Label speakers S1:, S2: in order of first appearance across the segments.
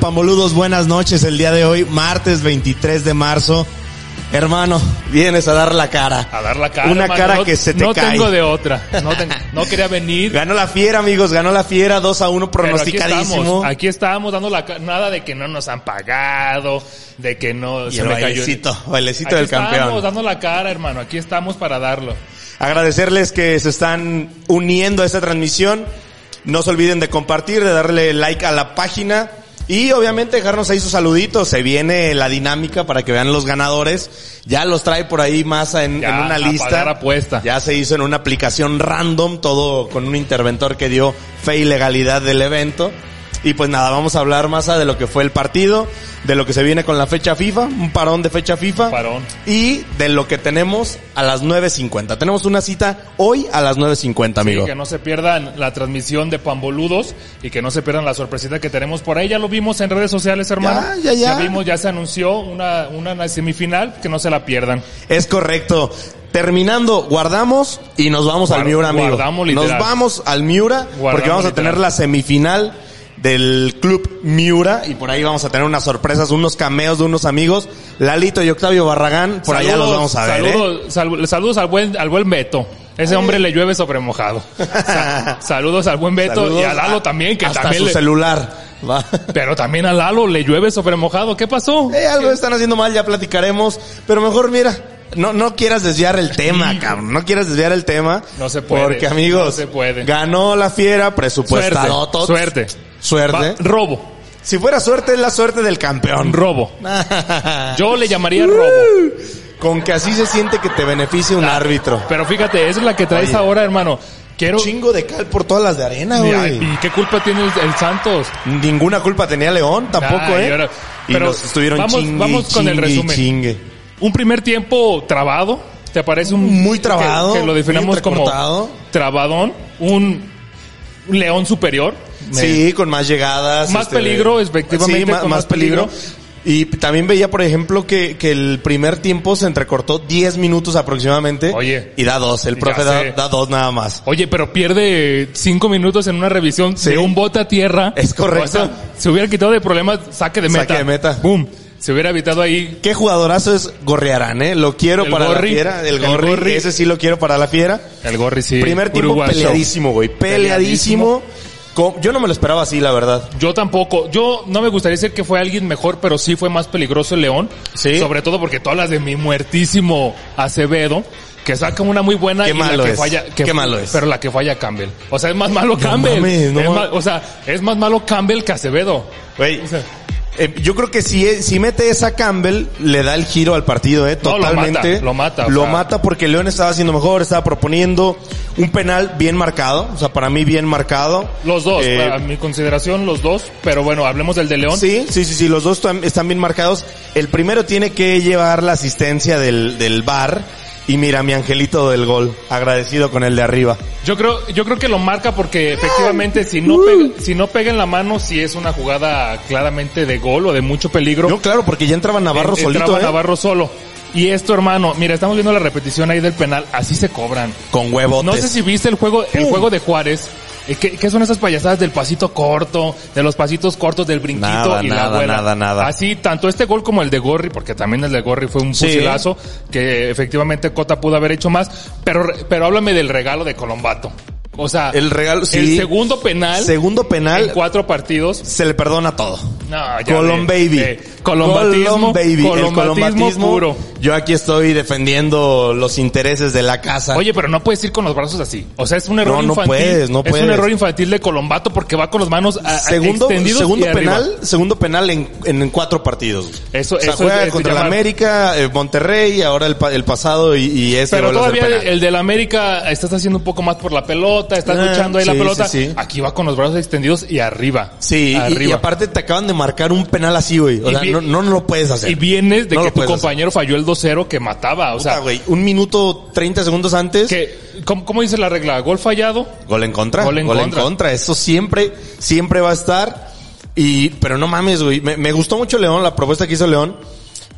S1: Pamboludos? Buenas noches. El día de hoy, martes 23 de marzo. Hermano, vienes a dar la cara.
S2: A dar la cara.
S1: Una
S2: hermano.
S1: cara
S2: No-
S1: que se te
S2: No
S1: cae.
S2: tengo de otra. No, ten- no quería venir.
S1: Ganó la fiera, amigos. Ganó la fiera 2 a 1
S2: pero aquí
S1: pronosticadísimo.
S2: estamos. Aquí estábamos dando la ca- nada de que no nos han pagado, de que no
S1: y el bailecito, bailecito del
S2: Estamos
S1: campeón.
S2: dando la cara, hermano. Aquí estamos para darlo.
S1: Agradecerles que se están uniendo a esta transmisión. No se olviden de compartir, de darle like a la página y obviamente dejarnos ahí sus saluditos. Se viene la dinámica para que vean los ganadores. Ya los trae por ahí Massa en,
S2: Ya,
S1: en una
S2: a
S1: lista.
S2: pagar apuesta.
S1: Ya se hizo en una aplicación random, todo con un interventor que dio fe y legalidad del evento. Y pues nada, vamos a hablar más de lo que fue el partido, de lo que se viene con la fecha FIFA, un parón de fecha FIFA.
S2: Parón.
S1: Y de lo que tenemos a las 9.50. Tenemos una cita hoy a las 9.50,
S2: Y
S1: amigo.
S2: que no se pierdan la transmisión de Pamboludos y que no se pierdan la sorpresita que tenemos por ahí. Ya lo vimos en redes sociales, hermano.
S1: Ya, ya, ya.
S2: vimos, ya se anunció una, una semifinal, que no se la pierdan.
S1: Es correcto. Terminando, guardamos y nos vamos al
S2: Guar-
S1: Miura, amigo.
S2: guardamos literal.
S1: nos vamos al Miura porque vamos a tener
S2: literal.
S1: la semifinal del Club Miura y por ahí vamos a tener unas sorpresas, unos cameos de unos amigos. Lalito y Octavio Barragán, por allá los vamos a ver. ¿eh?
S2: Saludos, sal- saludos al buen, al buen Beto. Ese hombre le llueve sobre mojado. Sa- saludos al buen Beto
S1: Saludos
S2: y a Lalo también, que
S1: hasta
S2: también
S1: su
S2: le-
S1: celular. Va.
S2: Pero también a Lalo le llueve sobre mojado. ¿Qué pasó?
S1: Eh, algo están haciendo mal, ya platicaremos. Pero mejor, mira, no, no quieras desviar el tema, cabrón. No quieras desviar el tema.
S2: No se puede,
S1: Porque, amigos,
S2: no se puede.
S1: ganó la fiera,
S2: Suerte,
S1: presupuestado.
S2: suerte. Va-
S1: Suerte.
S2: robo,
S1: Si fuera suerte, es la suerte del campeón.
S2: robo. Yo le llamaría robo.
S1: Uh. Con que así se siente que te beneficie un árbitro.
S2: Pero fíjate, esa es la que traes
S1: Oye.
S2: ahora, hermano. Quiero...
S1: Chingo de cal por todas las de arena, güey.
S2: ¿Y qué culpa tiene el, el Santos?
S1: Ninguna culpa tenía León, tampoco,
S2: Ay,
S1: ¿eh?
S2: ahora-
S1: y
S2: pero
S1: nos estuvieron
S2: vamos-
S1: chingue,
S2: vamos con
S1: chingue
S2: el
S1: y
S2: resumen.
S1: chingue.
S2: Un primer tiempo trabado, ¿te parece un...
S1: Muy trabado,
S2: Que, que lo
S1: muy
S2: definamos como
S1: entrecortado.
S2: trabadón, un un león superior.
S1: Sí, con más llegadas. este,
S2: Más peligro, efectivamente,
S1: Sí, ma- más,
S2: con más
S1: peligro.
S2: peligro.
S1: Y también veía, por ejemplo, que, que el primer tiempo se entrecortó 10 minutos aproximadamente.
S2: Oye.
S1: Y da dos. El
S2: Ya
S1: profe da,
S2: sé.
S1: da dos nada más.
S2: Oye, pero pierde cinco minutos en una revisión
S1: Sí.
S2: de un bote a tierra.
S1: Es correcto.
S2: O sea, se hubiera quitado de problemas saque de meta.
S1: Saque de meta.
S2: Boom. Se hubiera evitado ahí.
S1: Qué jugadorazo es Gorriarán, ¿eh? Lo quiero
S2: El
S1: para
S2: Gorri.
S1: la fiera. El
S2: El
S1: gorri,
S2: Gorri.
S1: Ese sí lo quiero para la fiera.
S2: El Gorri sí.
S1: Primer tiempo
S2: uruguayo.
S1: peleadísimo, güey. Peleadísimo. Co- Yo no me lo esperaba así, la verdad.
S2: Yo tampoco. Yo no me gustaría decir que fue alguien mejor, pero sí fue más peligroso el León.
S1: Sí.
S2: Sobre todo porque todas las de mi muertísimo Acevedo, que saca una muy buena
S1: Qué
S2: y
S1: malo
S2: la que
S1: es.
S2: falla. que-
S1: Qué malo es.
S2: Pero la que falla Campbell. O sea, es más malo Campbell.
S1: mames, no
S2: Es
S1: mames.
S2: más- o sea, es más malo Campbell que Acevedo.
S1: Güey.
S2: O sea,
S1: eh, yo creo que si, si mete esa Campbell, le da el giro al partido, eh,
S2: No, lo
S1: totalmente.
S2: mata, lo mata, o
S1: Lo
S2: sea.
S1: mata porque León estaba haciendo mejor, estaba proponiendo un penal bien marcado, o sea, para mí bien marcado.
S2: Los dos,
S1: Eh,
S2: a mi consideración, los dos. Pero bueno, hablemos del de León.
S1: Sí, sí, sí, sí, los dos tam- están bien marcados. El primero tiene que llevar la asistencia del, del bar. Y mira, mi angelito del gol, agradecido con el de arriba.
S2: Yo creo, yo creo que lo marca porque efectivamente si no
S1: Uh.
S2: pega, si no pega en la mano, si es una jugada claramente de gol o de mucho peligro.
S1: Yo, claro, porque ya entraba Navarro
S2: En-
S1: solito,
S2: entraba
S1: ¿eh?
S2: Navarro solo. Y esto, hermano, mira, estamos viendo la repetición ahí del penal, así se cobran.
S1: Con huevotes.
S2: No sé si viste el juego, el
S1: ¡Pum!
S2: juego de Juárez. Eh, ¿Qué, qué son esas payasadas del pasito corto, de los pasitos cortos, del brinquito
S1: Nada,
S2: y
S1: nada,
S2: la abuela?
S1: nada, nada.
S2: Así, tanto este gol como el de Gorri, porque también el de Gorri fue un
S1: Sí.
S2: fusilazo que efectivamente Cota pudo haber hecho más. Pero, re- pero háblame del regalo de Colombato. O sea,
S1: El regalo,
S2: el
S1: sí.
S2: segundo penal
S1: Segundo
S2: en
S1: penal,
S2: cuatro partidos.
S1: se le perdona todo.
S2: No, ya
S1: Colón
S2: ve,
S1: Baby.
S2: eh, colombatismo,
S1: Colón Baby. El
S2: colombatismo
S1: colombatismo
S2: puro.
S1: Yo aquí estoy defendiendo los intereses de la casa.
S2: Oye, pero no puedes ir con los brazos así. O sea, es un error
S1: No, no
S2: infantil.
S1: puedes, no
S2: Es
S1: puedes.
S2: un error infantil de Colombato porque va con las manos a- a-
S1: segundo,
S2: extendidos
S1: segundo
S2: y arriba.
S1: penal, segundo penal en, en, en cuatro partidos.
S2: Eso-
S1: o sea,
S2: eso
S1: juega
S2: es- es
S1: contra el
S2: llamar-
S1: América, eh, Monterrey, ahora el, pa- el pasado y, y este
S2: Pero
S1: gol es el
S2: todavía
S1: penal.
S2: el del América estás haciendo un poco más por la pelota, estás
S1: Ah,
S2: luchando ahí la
S1: sí,
S2: pelota.
S1: sí, sí.
S2: Aquí va con los brazos extendidos y arriba.
S1: Sí, y-
S2: arriba.
S1: Y, aparte te acaban de marcar un penal así, güey. O
S2: Y
S1: sea,
S2: vi-
S1: no, no, no lo puedes hacer.
S2: Y vienes de
S1: No
S2: que
S1: lo
S2: tu
S1: puedes hacer.
S2: compañero falló el 2-0 que mataba. O
S1: Puta,
S2: sea,
S1: güey, un minuto 30 segundos antes.
S2: que, ¿cómo, cómo dice la regla? ¿Gol fallado?
S1: Gol en contra.
S2: Gol en contra.
S1: Eso siempre, siempre va a estar. Y, pero no mames, güey. Me, me gustó mucho León, la propuesta que hizo León.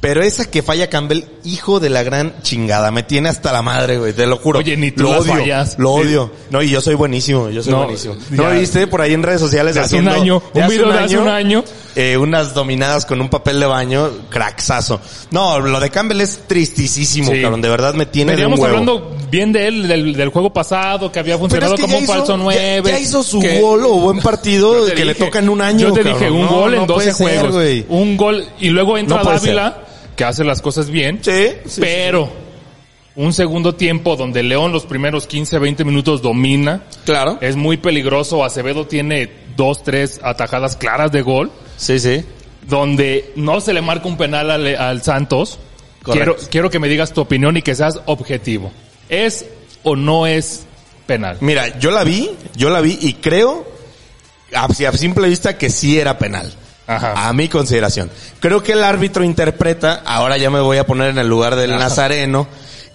S1: Pero esa que falla Campbell, hijo de la gran chingada, me tiene hasta la madre, güey, te lo juro.
S2: Oye, ni tú
S1: lo
S2: las
S1: odio,
S2: fallas.
S1: Lo
S2: Sí.
S1: odio. No, y yo soy buenísimo, yo soy
S2: No,
S1: buenísimo.
S2: ya.
S1: ¿No viste por ahí en redes sociales
S2: De hace un
S1: haciendo
S2: año, un
S1: hace
S2: video de hace un año.
S1: eh, unas dominadas con un papel de baño, craxazo. No, lo de Campbell es tristísimo,
S2: Sí.
S1: cabrón, de verdad me tiene de un
S2: Veníamos
S1: huevo.
S2: hablando bien de él, del, del juego pasado, que había
S1: Pero
S2: funcionado
S1: es que
S2: como
S1: ya
S2: un
S1: hizo-
S2: falso
S1: ya-
S2: 9.
S1: Ya, hizo su
S2: que-
S1: gol o buen partido
S2: te
S1: que le
S2: dije,
S1: toca en un año.
S2: Yo te
S1: cabrón.
S2: dije, un
S1: No,
S2: gol
S1: no
S2: en 12
S1: puede ser,
S2: juegos.
S1: güey.
S2: un gol, y luego entra
S1: No puede
S2: Dávila, que hace las cosas bien.
S1: Sí, sí,
S2: pero un segundo tiempo donde León los primeros 15, 20 minutos domina.
S1: Claro.
S2: Es muy peligroso. Acevedo tiene dos, tres atajadas claras de gol.
S1: Sí, sí.
S2: Donde no se le marca un penal al, al Santos.
S1: Correcto.
S2: Quiero, quiero que me digas tu opinión y que seas objetivo. ¿Es o no es penal?
S1: Mira, yo la vi, yo la vi y creo, a, a simple vista, que sí era penal.
S2: Ajá.
S1: A mi consideración. Creo que el árbitro interpreta, ahora ya me voy a poner en el lugar del
S2: Ajá.
S1: Nazareno,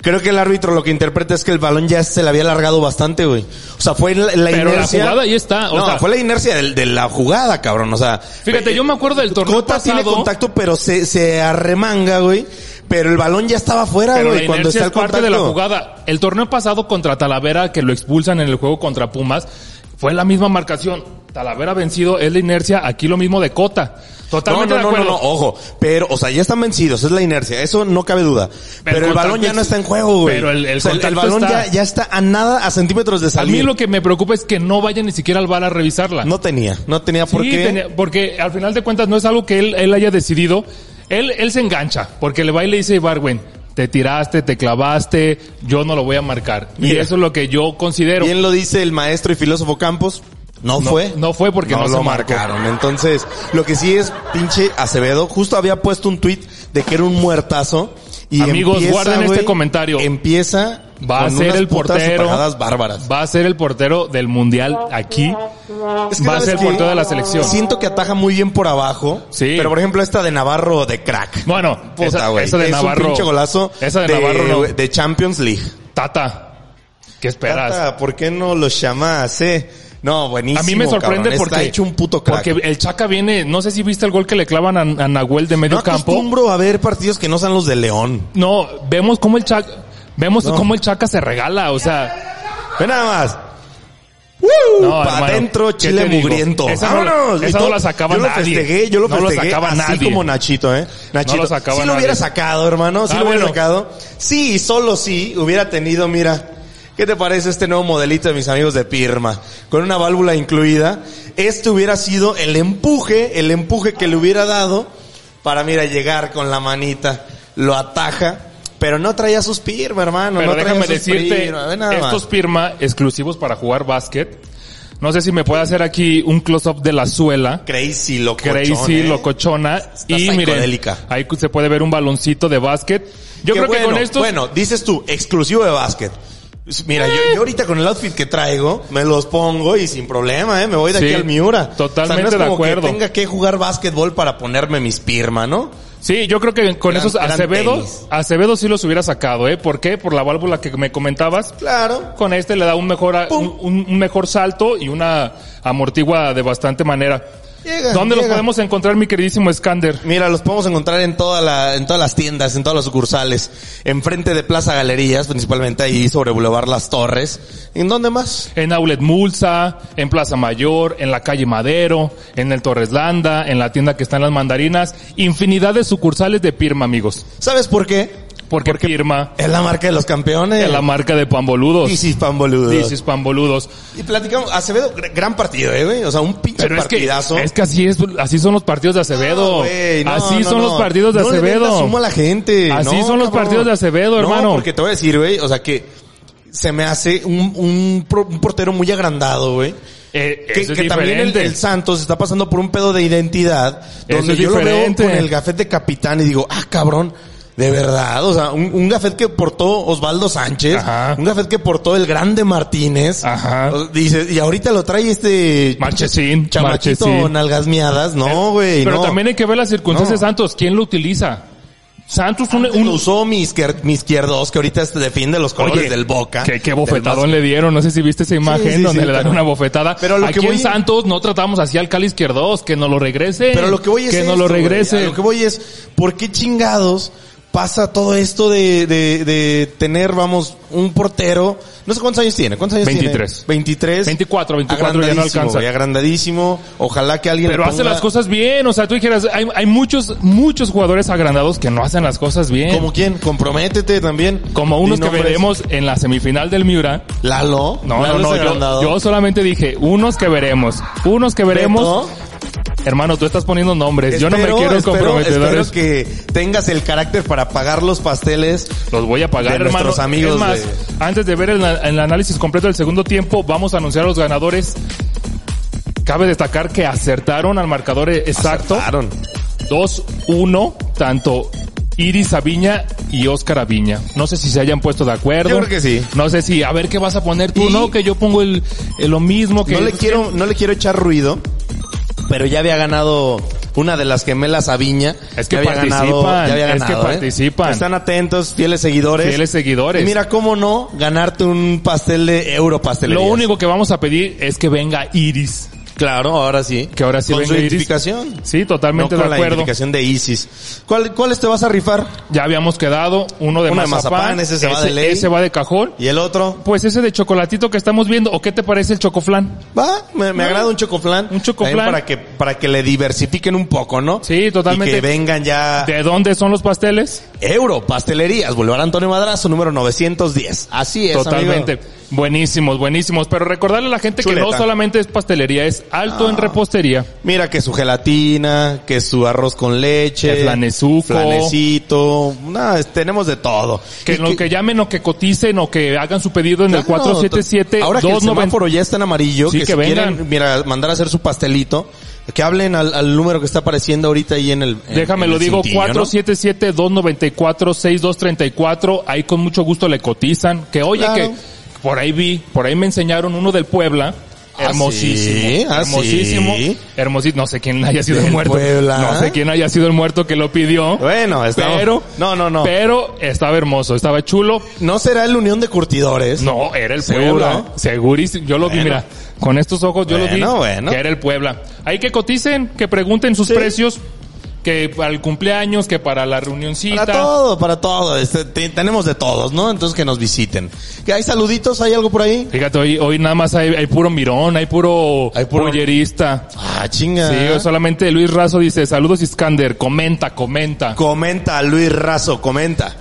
S1: creo que el árbitro lo que interpreta es que el balón ya se le había alargado bastante, güey. O sea, fue la, la
S2: Pero la
S1: inercia.
S2: jugada ahí está, o
S1: no,
S2: sea-
S1: fue la inercia del- de, la jugada, cabrón, o sea. eh,
S2: Fíjate, yo me acuerdo del torneo
S1: Cota
S2: pasado.
S1: tiene contacto, pero se, se arremanga, güey. Pero el balón ya estaba fuera,
S2: Pero
S1: güey,
S2: la
S1: cuando
S2: inercia
S1: está el
S2: es parte de la
S1: contacto.
S2: jugada. El torneo pasado contra Talavera, que lo expulsan en el juego contra Pumas, fue la misma marcación. Talavera vencido, es la inercia, aquí lo mismo de Cota. Totalmente
S1: no, no,
S2: de
S1: no,
S2: acuerdo.
S1: no, no, ojo. Pero, o sea, ya están vencidos, es la inercia, eso no cabe duda. Pero, el
S2: contacto
S1: balón ya
S2: es-
S1: no está en juego, güey.
S2: pero el- el
S1: O sea,
S2: contacto
S1: balón
S2: está-
S1: Ya, ya está a nada, a centímetros de
S2: A
S1: salir.
S2: mí lo que me preocupa es que no vaya ni siquiera al bar a revisarla.
S1: No tenía, no tenía
S2: Sí,
S1: por qué.
S2: tenía- porque al final de cuentas no es algo que él, él haya decidido. Él, él se engancha, porque le va y le dice a Ibarwen, te tiraste, te clavaste, yo no lo voy a marcar. Y
S1: Mira.
S2: eso es lo que yo considero.
S1: Bien lo dice el maestro y filósofo Campos. No,
S2: No-
S1: fue.
S2: no fue porque no se
S1: lo
S2: marcó.
S1: marcaron. Entonces, lo que sí es pinche Acevedo. Justo había puesto un tuit de que era un muertazo. Y
S2: Amigos,
S1: empieza,
S2: guarden este
S1: güey,
S2: comentario.
S1: Empieza
S2: Va a
S1: con
S2: ser
S1: unas
S2: el
S1: putas
S2: portero.
S1: tapajadas bárbaras.
S2: Va a ser el portero del mundial aquí.
S1: Es que,
S2: va a
S1: ¿sabes
S2: ser el
S1: qué?
S2: portero de la selección.
S1: Siento que ataja muy bien por abajo.
S2: Sí.
S1: Pero por ejemplo esta de Navarro de crack.
S2: Bueno,
S1: Puta,
S2: esa,
S1: güey.
S2: esa de
S1: es
S2: Navarro.
S1: un pinche golazo.
S2: Esa de, Navarro no.
S1: De Champions League.
S2: Tata. ¿Qué esperas?
S1: Tata, ¿por qué no lo llamas, eh? No, buenísimo.
S2: a mí me sorprende
S1: cabrón.
S2: porque
S1: Está hecho un puto crack.
S2: Porque el Chaca viene, no sé si viste el gol que le clavan a, a Nahuel de medio
S1: no
S2: campo.
S1: acostumbro a ver partidos que no sean los de León.
S2: No, vemos cómo el Chaca, vemos
S1: No.
S2: cómo el Chaca se regala, o sea,
S1: Ve nada más.
S2: no,
S1: para ¡Uh!
S2: hermano,
S1: adentro,
S2: ¿qué
S1: chile
S2: te digo?
S1: mugriento.
S2: Esa no la-
S1: Vámonos.
S2: esa
S1: Y
S2: no
S1: todo-
S2: la sacaba
S1: yo
S2: nadie.
S1: Lo festegué, yo lo
S2: No la
S1: festegué.
S2: sacaba
S1: así
S2: nadie.
S1: como Nachito, eh. Nachito.
S2: la sacaba
S1: sí lo hubiera
S2: nadie.
S1: sacado, hermano. Sí
S2: Ah,
S1: lo hubiera
S2: bueno.
S1: sacado. Sí, solo sí, hubiera tenido, mira. ¿Qué te parece este nuevo modelito de mis amigos de Pirma? Con una válvula incluida. Este hubiera sido el empuje, el empuje que le hubiera dado para, mira, llegar con la manita. Lo ataja. Pero no traía sus Pirma, hermano.
S2: pero
S1: no traía
S2: déjame
S1: sus
S2: decirte,
S1: Pirma, ve nada más.
S2: estos firma exclusivos para jugar básquet. No sé si me puede hacer aquí un close up de la suela.
S1: Crazy, loco.
S2: Crazy, locochona. y
S1: ¿eh?
S2: miren,
S1: psicodélica.
S2: ahí se puede ver un baloncito de básquet. Yo
S1: Qué
S2: creo que
S1: bueno,
S2: con estos...
S1: Bueno, dices tú, exclusivo de básquet. Mira, yo, yo ahorita con el outfit que traigo, me los pongo y sin problema, ¿eh? Me voy de
S2: Sí,
S1: aquí al Miura.
S2: totalmente
S1: o sea, no
S2: de
S1: es como
S2: acuerdo.
S1: que tenga que jugar básquetbol para ponerme mis pirma, ¿no?
S2: Sí, yo creo que con
S1: Eran-
S2: esos
S1: eran
S2: Acevedo,
S1: tenis.
S2: Acevedo sí los hubiera sacado, ¿eh? ¿Por qué? Por la válvula que me comentabas.
S1: Claro.
S2: Con este le da un mejor, a-
S1: Pum.
S2: un, un- un mejor salto y una amortigua de bastante manera.
S1: Llega,
S2: ¿Dónde los
S1: llega.
S2: podemos encontrar, mi queridísimo Skander?
S1: Mira, los podemos encontrar en toda la, en todas las tiendas, en todas las sucursales, enfrente de Plaza Galerías, principalmente ahí sobre Boulevard Las Torres. ¿En dónde más?
S2: En Aulet Mulsa, en Plaza Mayor, en la calle Madero, en el Torreslanda, en la tienda que está en las mandarinas. Infinidad de sucursales de Pirma, amigos.
S1: ¿Sabes por qué?
S2: Porque, Pirma
S1: Es la marca de los campeones.
S2: es la marca de pamboludos.
S1: This is pan boludo.
S2: This is pamboludos.
S1: Y platicamos, Acevedo, gr- gran partido, eh, güey. O sea, un pinche
S2: Pero es que,
S1: partidazo.
S2: es que así es, así son los partidos de Acevedo.
S1: No, güey, no,
S2: así
S1: no,
S2: son
S1: no.
S2: los partidos de
S1: No le
S2: Acevedo.
S1: vendas humo a la gente.
S2: Así
S1: No,
S2: son los
S1: cabrón.
S2: partidos de Acevedo,
S1: No,
S2: hermano.
S1: porque te voy a decir, güey, o sea que se me hace un, un, pro- un portero muy agrandado, güey.
S2: Eh,
S1: Que,
S2: eso es
S1: que también el,
S2: diferente.
S1: el Santos está pasando por un pedo de identidad.
S2: Eso
S1: Donde
S2: es
S1: yo
S2: diferente.
S1: lo veo con el gafet de capitán y digo, ah, cabrón. De verdad, o sea, un, un gafet que portó Osvaldo Sánchez,
S2: Ajá.
S1: un gafet que portó el grande Martínez,
S2: Ajá.
S1: O- dice, y ahorita lo trae este
S2: Marchesín,
S1: chamachito
S2: Marchesín. Eh,
S1: nalgas miadas, no, güey,
S2: Pero
S1: no.
S2: también hay que ver las circunstancias de
S1: No.
S2: Santos. ¿Quién lo utiliza? Santos un,
S1: Un,
S2: un
S1: Este usó mi, izquier- mi izquierdos, que ahorita este defiende los colores
S2: Oye,
S1: del Boca.
S2: Qué, qué
S1: del
S2: bofetadón le dieron, no sé si viste esa imagen
S1: Sí, sí,
S2: donde
S1: sí,
S2: le dan
S1: pero-
S2: una bofetada.
S1: pero lo
S2: Aquí
S1: que voy-
S2: en Santos no tratamos así al Cali Izquierdos, que nos lo regrese.
S1: Pero lo que voy es
S2: Que
S1: esto,
S2: nos lo
S1: güey.
S2: regrese.
S1: A Lo que voy es, ¿por qué chingados pasa todo esto de, de, de tener, vamos, un portero? No sé cuántos años tiene, ¿cuántos años
S2: 23.
S1: tiene? 23.
S2: 24, 24 ya no
S1: Agrandadísimo,
S2: alcanza.
S1: güey, agrandadísimo. Ojalá que alguien...
S2: Pero
S1: le
S2: hace
S1: ponga-
S2: las cosas bien, o sea, tú dijeras, hay, hay muchos, muchos jugadores agrandados que no hacen las cosas bien.
S1: ¿Como quién? Comprométete también.
S2: Como unos
S1: Di
S2: que
S1: nombres.
S2: veremos en la semifinal del Miura.
S1: Lalo.
S2: No,
S1: Lalo
S2: no, no,
S1: es agrandado.
S2: yo, yo solamente dije, unos que veremos, unos que veremos.
S1: Beto.
S2: Hermano, tú estás poniendo nombres, yo no me
S1: Espero-
S2: quiero
S1: espero-
S2: comprometedores.
S1: Espero que tengas el carácter para pagar los pasteles.
S2: Los voy a pagar,
S1: De
S2: hermano.
S1: nuestros amigos
S2: es más,
S1: de-
S2: antes de ver el, el análisis completo del segundo tiempo, vamos a anunciar a los ganadores. Cabe destacar que acertaron al marcador e- exacto.
S1: Acertaron.
S2: 2-1, tanto Iris Aviña y Óscar Aviña. No sé si se hayan puesto de acuerdo.
S1: Yo creo que sí.
S2: No sé si, a ver qué vas a poner tú,
S1: Y-
S2: no, que yo pongo el, el lo mismo que...
S1: No le quiero, no le quiero echar ruido, pero ya había ganado una de las gemelas Aviña.
S2: Es que
S1: Ya había
S2: participan,
S1: ganado, ya había
S2: es
S1: ganado,
S2: que
S1: ¿eh?
S2: participan.
S1: Están atentos, fieles seguidores.
S2: Fieles seguidores.
S1: Y mira cómo no ganarte un pastel de euro
S2: Lo
S1: pastelerías.
S2: único que vamos a pedir es que venga Iris.
S1: Claro, ahora sí.
S2: Que ahora sí
S1: Con
S2: venga
S1: su
S2: Iris.
S1: identificación.
S2: Sí,
S1: No
S2: totalmente
S1: con
S2: de
S1: la
S2: acuerdo.
S1: identificación de ISIS. ¿Cuál, ¿Cuáles te vas a rifar?
S2: Ya habíamos quedado, uno de
S1: Uno de
S2: mazapán,
S1: mazapán, ese se va de ley.
S2: ese va de cajón.
S1: ¿Y el otro?
S2: Pues ese de chocolatito que estamos viendo, ¿o qué te parece el chocoflan?
S1: Va, me, me
S2: No.
S1: agrada un chocoflan.
S2: Un chocoflan.
S1: También Para que, para que le diversifiquen un poco, ¿no?
S2: Sí, totalmente.
S1: Y que vengan ya
S2: ¿De dónde son los pasteles?
S1: Euro, pastelerías, Boulevard Antonio Madrazo, número 910. Así es,
S2: Totalmente.
S1: amigo.
S2: Buenísimos, buesimos. Pero recordarle a la gente que
S1: Chuleta. Ah.
S2: no solamente es pastelería, es alto en repostería.
S1: Mira que su gelatina, que su arroz con leche.
S2: Que flanezuco.
S1: Flanecito. Nada, tenemos de todo.
S2: Que
S1: Y
S2: lo que llamen o que coticen o que hagan su pedido en el
S1: Claro,
S2: 477
S1: Ahora que el
S2: 290
S1: semáforo ya está en amarillo,
S2: Sí,
S1: que,
S2: que
S1: si
S2: vengan.
S1: quieren, mira, mandar a hacer su pastelito, que hablen al, al número que está apareciendo ahorita ahí en el... en-
S2: Déjame
S1: en
S2: lo
S1: el
S2: digo,
S1: cintillo, ¿no?
S2: 477-294-6234. Ahí con mucho gusto le cotizan. Que oye,
S1: Claro.
S2: que por ahí vi, por ahí me enseñaron uno del Puebla.
S1: Ah,
S2: Hermosísimo,
S1: sí, ah,
S2: hermosísimo,
S1: sí.
S2: hermosísimo. No sé quién haya sido el
S1: Del
S2: muerto.
S1: Puebla.
S2: No sé quién haya sido el muerto que lo pidió.
S1: Bueno, estamos-
S2: Pero,
S1: No, no, no.
S2: Pero estaba hermoso, estaba chulo.
S1: ¿No será el Unión de Curtidores?
S2: No, era el
S1: ¿Seguro?
S2: Puebla. Segurísimo. Yo lo vi,
S1: Bueno.
S2: mira, con estos ojos yo lo vi.
S1: Bueno, bueno.
S2: Que era el Puebla. Hay que coticen, que pregunten sus
S1: Sí.
S2: precios, que para el cumpleaños, que para la reunioncita.
S1: Para todo, para todo. Este, te- tenemos de todos, ¿no? Entonces que nos visiten. ¿Que ¿Hay saluditos? ¿Hay algo por ahí?
S2: Fíjate, hoy, hoy nada más hay, hay puro mirón, hay puro,
S1: Hay puro-
S2: pollerista.
S1: Ah, chinga.
S2: Sí, solamente Luis Razo dice, saludos Iskander, comenta, comenta.
S1: Comenta, Luis Razo, comenta.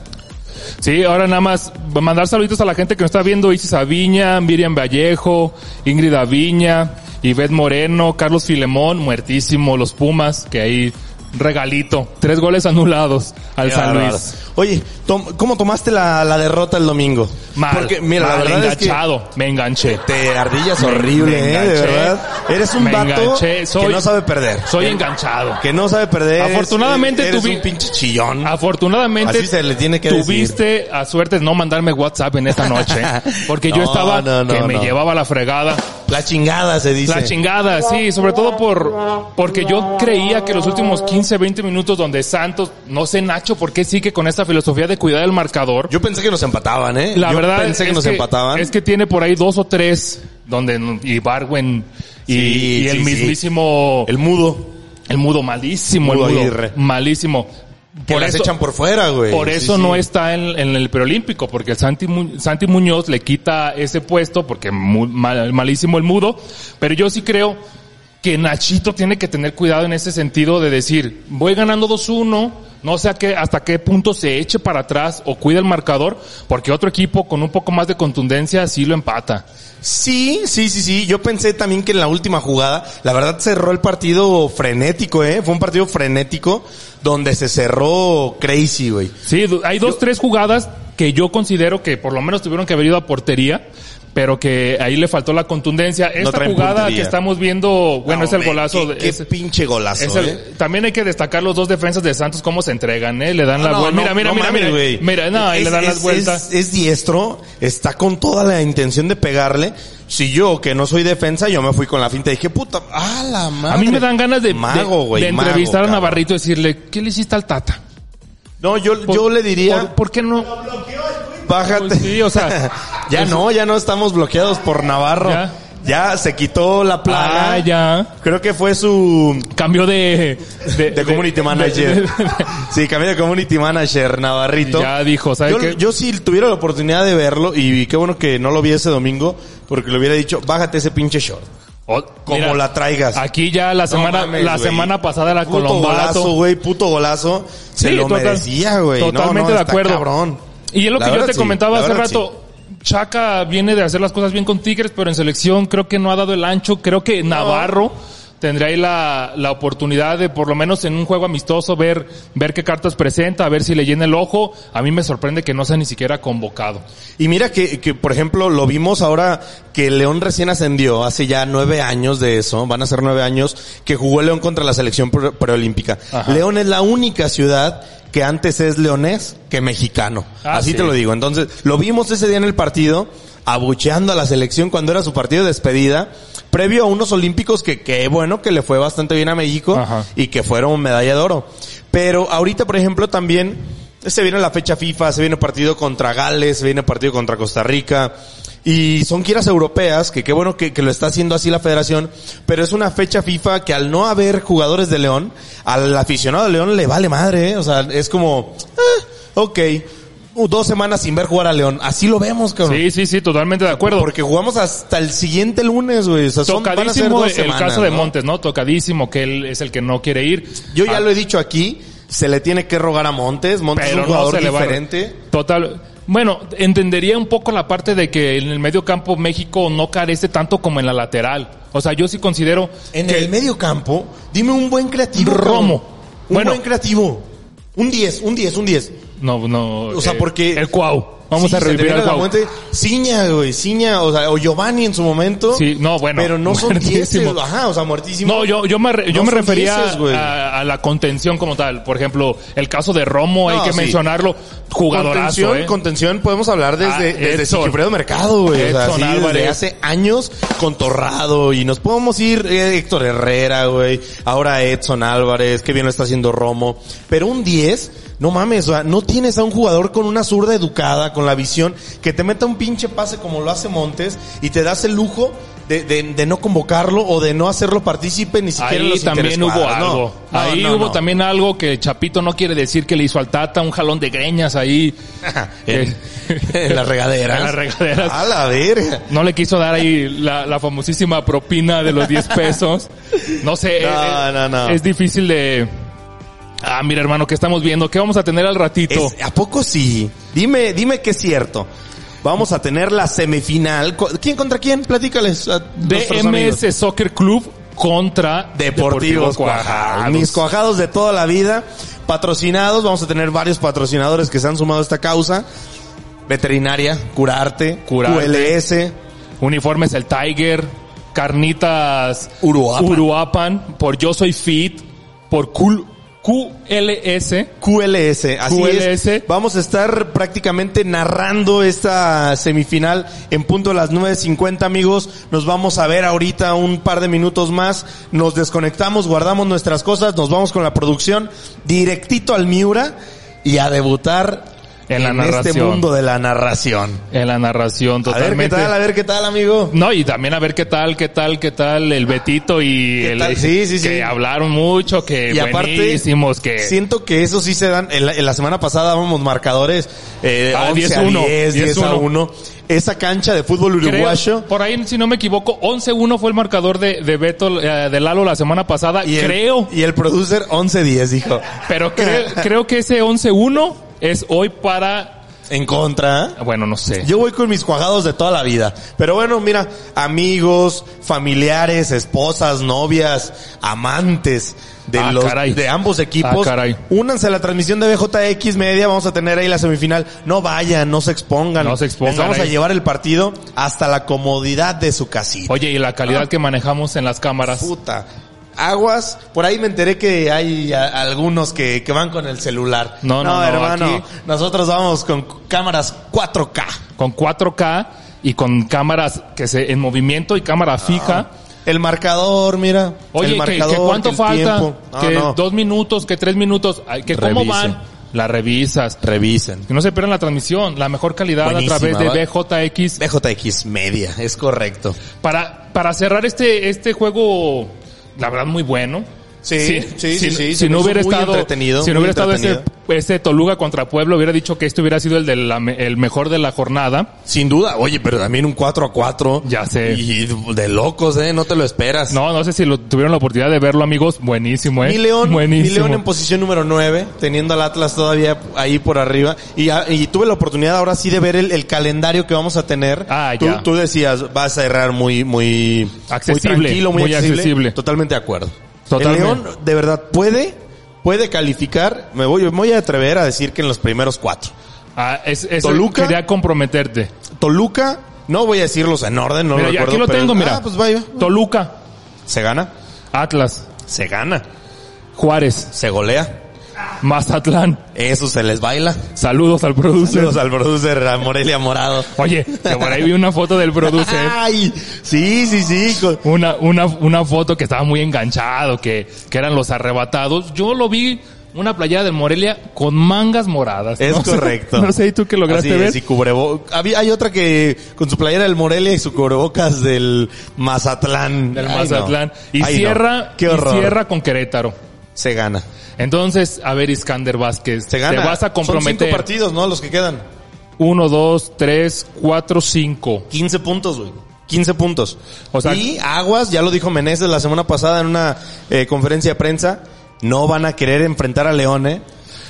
S2: Sí, ahora nada más mandar saluditos a la gente que nos está viendo, Isis Aviña, Miriam Vallejo, Ingrid Aviña, Ivette Moreno, Carlos Filemón, muertísimo, los Pumas, que ahí regalito, tres goles anulados al
S1: Qué
S2: San
S1: bárbaro.
S2: Luis.
S1: Oye, tom- ¿cómo tomaste la, la derrota el domingo?
S2: Mal,
S1: Porque, mira,
S2: mal,
S1: la verdad es que
S2: enganchado, me enganché.
S1: te ardillas
S2: Me-
S1: horrible,
S2: me
S1: ¿eh? De
S2: enganché.
S1: verdad. Eres un
S2: Me
S1: vato
S2: enganché, soy-
S1: que no sabe perder. Eh,
S2: Soy enganchado.
S1: Que no sabe perder.
S2: Afortunadamente
S1: eres,
S2: tuvi- Ah,
S1: un pinche chillón.
S2: Afortunadamente
S1: Así se le tiene que
S2: tuviste a suerte de no mandarme WhatsApp en esta noche, porque yo
S1: No,
S2: estaba
S1: no, no,
S2: que me
S1: no.
S2: llevaba la fregada.
S1: La chingada se dice.
S2: La chingada, sí, sobre todo por porque yo creía que los últimos 15, 20 minutos donde Santos, no sé Nacho, por qué sigue con esta filosofía de cuidar el marcador.
S1: Yo pensé que nos empataban, ¿eh?
S2: la
S1: Yo
S2: verdad
S1: pensé que
S2: es
S1: nos empataban.
S2: Es que tiene por ahí dos o tres donde n- y Barwen y,
S1: Sí,
S2: y el
S1: sí, sí.
S2: mismísimo
S1: El mudo.
S2: el mudo malísimo,
S1: Mudo
S2: el mudo
S1: Aguirre.
S2: malísimo.
S1: Que las echan por fuera, güey.
S2: Por
S1: Sí,
S2: eso
S1: sí.
S2: no está en, en el preolímpico, porque el Santi, Mu- Santi Muñoz le quita ese puesto porque mu- mal- malísimo el mudo, pero yo sí creo que Nachito tiene que tener cuidado en ese sentido de decir, voy ganando 2-1, no sé a qué, hasta qué punto se eche para atrás o cuida el marcador, porque otro equipo con un poco más de contundencia sí lo empata.
S1: Sí, sí, sí, sí. Yo pensé también que en la última jugada, la verdad cerró el partido frenético, ¿eh? Fue un partido frenético donde se cerró crazy, güey.
S2: Sí, du- hay dos, tres jugadas que yo considero que por lo menos tuvieron que haber ido a portería, pero que ahí le faltó la contundencia. Esta
S1: traen
S2: jugada
S1: puntería.
S2: que estamos viendo, bueno,
S1: No,
S2: es el
S1: hombre,
S2: golazo.
S1: Qué,
S2: de-
S1: qué
S2: es-
S1: pinche golazo,
S2: es el-
S1: ¿eh?
S2: También hay que destacar los dos defensas de Santos, cómo se entregan, ¿eh? Le dan la
S1: No,
S2: vuelta.
S1: no,
S2: mira, mira,
S1: no
S2: mira,
S1: mames,
S2: mira.
S1: güey.
S2: Mira, no, ahí
S1: Es-
S2: le dan
S1: es-
S2: las vueltas.
S1: Es, es diestro, está con toda la intención de pegarle. Si yo, que no soy defensa, yo me fui con la finta y dije, puta, a la madre.
S2: a mí me dan ganas de,
S1: Mago,
S2: de-
S1: güey,
S2: de
S1: mago,
S2: entrevistar a
S1: cabrón.
S2: Navarrito y decirle, ¿qué le hiciste al Tata?
S1: No, yo, yo le diría,
S2: ¿Por, por qué no?
S1: bájate.
S2: Pues sí, o sea,
S1: ya
S2: pues-
S1: no, ya no estamos bloqueados por Navarro. Ya,
S2: Ya.
S1: se quitó la plaga.
S2: Ah, ya.
S1: Creo que fue su
S2: Cambio de...
S1: de community manager. sí, cambió de community manager, Navarrito.
S2: Ya dijo, ¿sabe
S1: yo,
S2: qué?
S1: yo si tuviera la oportunidad de verlo, y qué bueno que no lo vi ese domingo, porque le hubiera dicho, bájate ese pinche short.
S2: Oh,
S1: Como
S2: mira,
S1: la traigas.
S2: Aquí ya la semana,
S1: mames,
S2: la
S1: güey.
S2: semana pasada la
S1: puto golazo,
S2: Colombato.
S1: güey, puto golazo. Se
S2: Sí,
S1: lo
S2: total-
S1: merecía, güey. No,
S2: Totalmente
S1: no,
S2: de
S1: está
S2: acuerdo.
S1: Cabrón.
S2: Y es lo
S1: La
S2: que yo
S1: verdad
S2: te
S1: sí,
S2: comentaba
S1: la
S2: hace
S1: verdad
S2: rato. Chaca viene de hacer las cosas bien con Tigres, pero en selección creo que no ha dado el ancho. Creo que Navarro tendría ahí la, la oportunidad de, por lo menos en un juego amistoso, ver, ver qué cartas presenta, a ver si le llena el ojo. A mí me sorprende que no sea ni siquiera convocado.
S1: Y mira que, que, por ejemplo, lo vimos ahora que León recién ascendió, hace ya nueve años de eso, van a ser nueve años, que jugó León contra la selección pre- preolímpica.
S2: Ajá.
S1: León es la única ciudad que antes es leonés que mexicano.
S2: Ah,
S1: Así
S2: sí.
S1: te lo digo. Entonces, lo vimos ese día en el partido, abucheando a la selección cuando era su partido de despedida, previo a unos olímpicos que, que bueno, que le fue bastante bien a México
S2: Ajá.
S1: y que fueron medalla de oro. Pero ahorita, por ejemplo, también se viene la fecha FIFA, se viene partido contra Gales, se viene partido contra Costa Rica. Y son giras europeas, que qué bueno que, que lo está haciendo así la federación, pero es una fecha FIFA que al no haber jugadores de León, al aficionado de León le vale madre, ¿eh? o sea, es como, eh, ok, uh, dos semanas sin ver jugar a León, así lo vemos, cabrón.
S2: Sí, sí, sí, totalmente de acuerdo.
S1: Porque jugamos hasta el siguiente lunes, güey, o sea, son, van a ser
S2: Tocadísimo
S1: dos
S2: el
S1: semanas,
S2: caso de
S1: ¿no?
S2: Montes, ¿no? Tocadísimo, que él es el que no quiere ir.
S1: Yo ya
S2: Ah,
S1: lo he dicho aquí, se le tiene que rogar a Montes. Montes es un
S2: pero no
S1: jugador
S2: se le va a-
S1: diferente.
S2: Total. Bueno, entendería un poco la parte de que en el medio campo México no carece tanto como en la lateral. O sea, yo sí considero
S1: En
S2: que
S1: el medio campo, dime un buen creativo.
S2: Romo.
S1: cabrón. Un
S2: Bueno.
S1: buen creativo. Un 10, un 10, un 10.
S2: no no eh,
S1: O sea, porque-
S2: el Cuau. Vamos
S1: Sí,
S2: a
S1: se
S2: revivir
S1: termina
S2: al
S1: la
S2: Cuau.
S1: muerte. Ciña, güey, Ciña, o sea, o Giovanni en su momento.
S2: Sí, no, bueno,
S1: Pero no son 10,
S2: muertísimo.
S1: ajá, o sea, muertísimo.
S2: No, yo yo me re- yo
S1: No
S2: me
S1: son
S2: refería
S1: dieces, güey.
S2: a, a la contención como tal. Por ejemplo, el caso de Romo
S1: No,
S2: hay que
S1: sí.
S2: mencionarlo, jugadorazo,
S1: Contención,
S2: eh.
S1: contención podemos hablar desde,
S2: Ah,
S1: desde
S2: Edson.
S1: Sigifredo Mercado, güey. O sea,
S2: Edson
S1: sí, desde
S2: Álvarez.
S1: hace años con Torrado y nos podemos ir eh, Héctor Herrera, güey. Ahora Edson Álvarez, que bien lo está haciendo Romo. Pero un 10, no mames, o sea, no tienes a un jugador con una zurda educada, con la visión, que te meta un pinche pase como lo hace Montes y te das el lujo de, de, de no convocarlo o de no hacerlo partícipe ni siquiera en
S2: Ahí
S1: los
S2: también hubo
S1: interescuadras. No,
S2: algo.
S1: no,
S2: ahí
S1: no,
S2: hubo
S1: no.
S2: también algo que Chapito no quiere decir que le hizo al Tata un jalón de greñas ahí.
S1: en, en las regaderas.
S2: En las regaderas.
S1: A la verga.
S2: No le quiso dar ahí la, la famosísima propina de los 10 pesos. No sé.
S1: No,
S2: es,
S1: no, no.
S2: es difícil de... Ah, mira hermano, ¿qué estamos viendo? ¿Qué vamos a tener al ratito?
S1: Es- ¿A poco sí? Dime, dime que es cierto. Vamos a tener la semifinal. Co- ¿Quién contra quién? Platícales. a nuestros amigos.
S2: DMS Soccer Club contra
S1: Deportivos Cuajados. Mis cuajados de toda la vida. Patrocinados. Vamos a tener varios patrocinadores que se han sumado a esta causa. Veterinaria, curarte,
S2: Curarte.
S1: QLS.
S2: Uniformes el Tiger, carnitas
S1: Uruapan.
S2: Uruapan, por Yo Soy Fit, por Cool QLS.
S1: QLS, así es.
S2: QLS.
S1: Vamos a estar prácticamente narrando esta semifinal en punto de las 9.50 amigos. Nos vamos a ver ahorita un par de minutos más. Nos desconectamos, guardamos nuestras cosas, nos vamos con la producción directito al Miura y a debutar
S2: En la
S1: este
S2: narración.
S1: mundo de la narración.
S2: En la narración
S1: A ver qué
S2: totalmente.
S1: tal, a ver qué tal amigo.
S2: No, y también a ver qué tal, qué tal, qué tal el Betito y
S1: ¿Qué
S2: el
S1: tal? Sí, sí, sí.
S2: que hablaron mucho, que
S1: Y aparte,
S2: Eh, buenísimos, que
S1: siento que eso sí se dan. En la, en la semana pasada vamos marcadores eh,
S2: Ah,
S1: 11 a
S2: 10-1,
S1: 10, 10 a
S2: 10-1.
S1: 1. Esa cancha de fútbol
S2: Creo-
S1: uruguayo.
S2: por ahí, si no me equivoco, 11-1 fue el marcador de, de Beto, eh, de Lalo la semana pasada,
S1: Y el-
S2: creo.
S1: y el producer 11-10 dijo.
S2: Pero creo, creo que ese 11-1 es hoy para,
S1: En contra. ¿eh?
S2: bueno, no sé.
S1: Yo voy con mis cuajados de toda la vida. Pero bueno, mira, amigos, familiares, esposas, novias, amantes de
S2: Ah,
S1: los
S2: caray.
S1: de ambos equipos.
S2: Ah, caray.
S1: Únanse a la transmisión de BJX Media, vamos a tener ahí la semifinal. No vayan, no se expongan.
S2: No se expongan
S1: Les vamos a
S2: ahí.
S1: llevar el partido hasta la comodidad de su casita.
S2: Oye, y la calidad que manejamos en las cámaras.
S1: Puta. Aguas, por ahí me enteré que hay a- algunos que, que van con el celular.
S2: No, no, no,
S1: hermano.
S2: aquí-
S1: Nosotros vamos con cámaras 4K.
S2: Con 4K y con cámaras que se, en movimiento y cámara fija.
S1: El marcador, mira. Ah.
S2: Oye,
S1: el
S2: que-
S1: marcador,
S2: que, cuánto
S1: el
S2: falta,
S1: tiempo. No,
S2: que
S1: no.
S2: dos minutos, que tres minutos, ay, que cómo
S1: Revise.
S2: van. la revisas.
S1: Revisen.
S2: Que no se pierdan la transmisión, la mejor calidad
S1: Buenísima,
S2: a través de
S1: ¿va?
S2: BJX.
S1: BJX Media, es correcto.
S2: Para, para cerrar este, este juego, la verdad, muy bueno.
S1: Sí, sí, sí,
S2: si,
S1: sí, se
S2: Si
S1: me
S2: no
S1: hizo
S2: hubiera
S1: muy
S2: estado,
S1: entretenido,
S2: si no
S1: muy
S2: hubiera estado ese,
S1: entretenido.
S2: ese Toluca contra Pueblo, hubiera dicho que este hubiera sido el, de la me- el mejor de la jornada.
S1: Sin duda, oye, pero también un 4 a 4.
S2: Ya sé.
S1: Y de locos, eh, no te lo esperas.
S2: No, no sé si lo, tuvieron la oportunidad de verlo, amigos. Buenísimo, ¿eh?
S1: Mi León, mi
S2: Buenísimo.
S1: León en posición número 9, teniendo al Atlas todavía ahí por arriba. Y, a- y tuve la oportunidad ahora sí de ver el, el calendario que vamos a tener.
S2: Ah,
S1: tú,
S2: ya.
S1: tú decías, vas a errar muy, muy,
S2: Accesible,
S1: muy tranquilo, muy,
S2: muy
S1: accesible.
S2: accesible.
S1: Totalmente de acuerdo.
S2: Totalmente.
S1: El León de verdad puede, puede calificar. Me voy, me voy a atrever a decir que en los primeros cuatro.
S2: Ah, es, es-
S1: Toluca.
S2: Quería comprometerte.
S1: Toluca, no voy a decirlos en orden, no
S2: Mira,
S1: lo
S2: ya,
S1: recuerdo.
S2: aquí lo
S1: pero-
S2: tengo, mira.
S1: Ah, pues vaya.
S2: Toluca,
S1: Se gana,
S2: Atlas,
S1: se gana,
S2: Juárez,
S1: se golea.
S2: Mazatlán.
S1: Eso se les baila.
S2: Saludos al producer.
S1: Saludos al producer, a Morelia Morado.
S2: Oye, que por ahí vi una foto del producer.
S1: Ay, sí, sí, sí. co-
S2: Una, una, una foto que estaba muy enganchado, que, que eran los arrebatados. Yo lo vi una playera del Morelia con mangas moradas.
S1: Es
S2: No sé-
S1: correcto.
S2: no sé, ¿y tú qué lograste
S1: Así
S2: ver?
S1: es, y cubrebo- Había, hay otra que con su playera del Morelia y su cubrebocas del Mazatlán.
S2: del
S1: Ay, no.
S2: Mazatlán. Y
S1: Ay, no.
S2: cierra,
S1: Qué
S2: y
S1: horror.
S2: cierra con Querétaro.
S1: Se gana.
S2: Entonces, a ver, Iskander Vázquez,
S1: Se gana.
S2: te vas a
S1: Son cinco
S2: comprometer.
S1: partidos, ¿no? Los que quedan.
S2: Uno, dos, tres, cuatro, cinco.
S1: 15 puntos, güey. 15 puntos.
S2: O sea-
S1: y Aguas, ya lo dijo Meneses la semana pasada en una eh, conferencia de prensa, no van a querer enfrentar a León, ¿eh?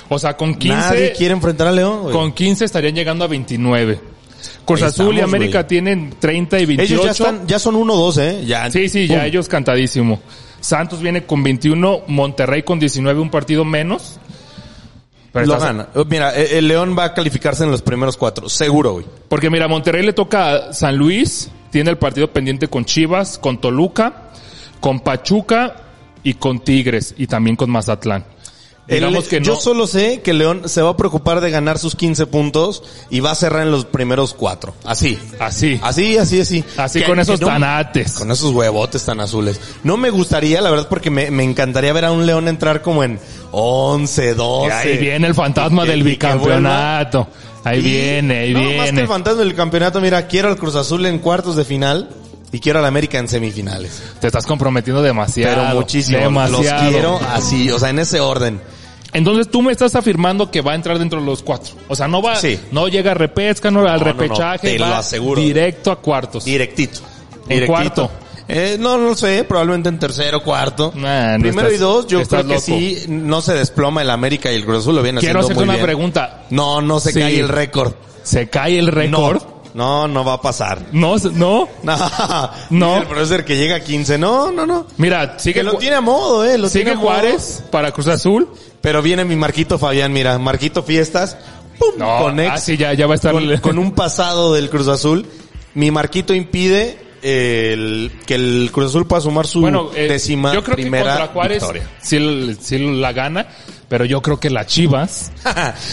S2: O sea, con 15.
S1: Nadie quiere enfrentar a León, güey.
S2: Con 15 estarían llegando a 29. Cruz
S1: Ahí
S2: Azul y
S1: estamos,
S2: América
S1: güey.
S2: tienen 30 y 28.
S1: Ellos ya están, ya son 1-2, ¿eh? Ya,
S2: Sí, sí, ya
S1: pum.
S2: ellos cantadísimo. Santos viene con 21, Monterrey con 19, un partido menos. Pero
S1: Lo
S2: estás-
S1: gana. Mira, eh, el León va a calificarse en los primeros cuatro, seguro, güey.
S2: Porque mira, Monterrey le toca a San Luis, tiene el partido pendiente con Chivas, con Toluca, con Pachuca y con Tigres y también con Mazatlán.
S1: El-
S2: Digamos que no.
S1: Yo solo sé que León se va a preocupar de ganar sus 15 puntos y va a cerrar en los primeros cuatro. Así.
S2: Así.
S1: Así, así, así.
S2: Así
S1: Ah, Que-
S2: con esos
S1: que no-
S2: tanates.
S1: Con esos huevotes tan azules. No me gustaría, la verdad, porque me, me encantaría ver a un León entrar como en 11, 12.
S2: Y ahí viene el fantasma
S1: eh. Y que-
S2: del
S1: y que vuelva.
S2: bicampeonato. Ahí
S1: Y-
S2: viene, ahí
S1: no, Más que
S2: viene.
S1: el fantasma del campeonato, mira, quiero al Cruz Azul en cuartos de final y quiero al América en semifinales.
S2: Te estás comprometiendo demasiado.
S1: Pero muchísimo.
S2: Demasiado.
S1: Los quiero así, o sea, en ese orden.
S2: Entonces tú me estás afirmando que va a entrar dentro de los cuatro. O sea, no va,
S1: Sí.
S2: no llega a repesca, no al
S1: No, no, no,
S2: repechaje,
S1: te lo
S2: va
S1: aseguro.
S2: directo a cuartos.
S1: Directito.
S2: ¿En
S1: Directito.
S2: cuarto?
S1: Eh, no, no sé, probablemente en tercero, cuarto.
S2: Nah, no
S1: Primero
S2: estás-
S1: y dos, yo
S2: estás
S1: creo que
S2: loco.
S1: sí, no se desploma el América y el Cruz Azul lo viene
S2: Quiero
S1: haciendo
S2: hacerte
S1: muy
S2: una
S1: bien.
S2: pregunta.
S1: No, no se
S2: Sí.
S1: cae el récord.
S2: ¿Se cae el
S1: No,
S2: récord?
S1: no, no va a pasar.
S2: No. no,
S1: No,
S2: No.
S1: Dice El profesor que llega a 15, no, no, no.
S2: Mira, sigue,
S1: Que lo
S2: Ju-
S1: tiene a modo, eh, lo
S2: sigue
S1: tiene a modo.
S2: Juárez para Cruz Azul.
S1: Pero viene mi Marquito Fabián, mira, Marquito Fiestas, pum,
S2: No,
S1: conecta.
S2: ah, sí, ya, ya va a estar.
S1: con, con un pasado del Cruz Azul, mi marquito impide eh, el, que el Cruz Azul pueda sumar su
S2: bueno, eh,
S1: décima
S2: yo creo que
S1: primera
S2: contra Juárez
S1: victoria.
S2: sí, sí la gana, pero yo creo que las Chivas.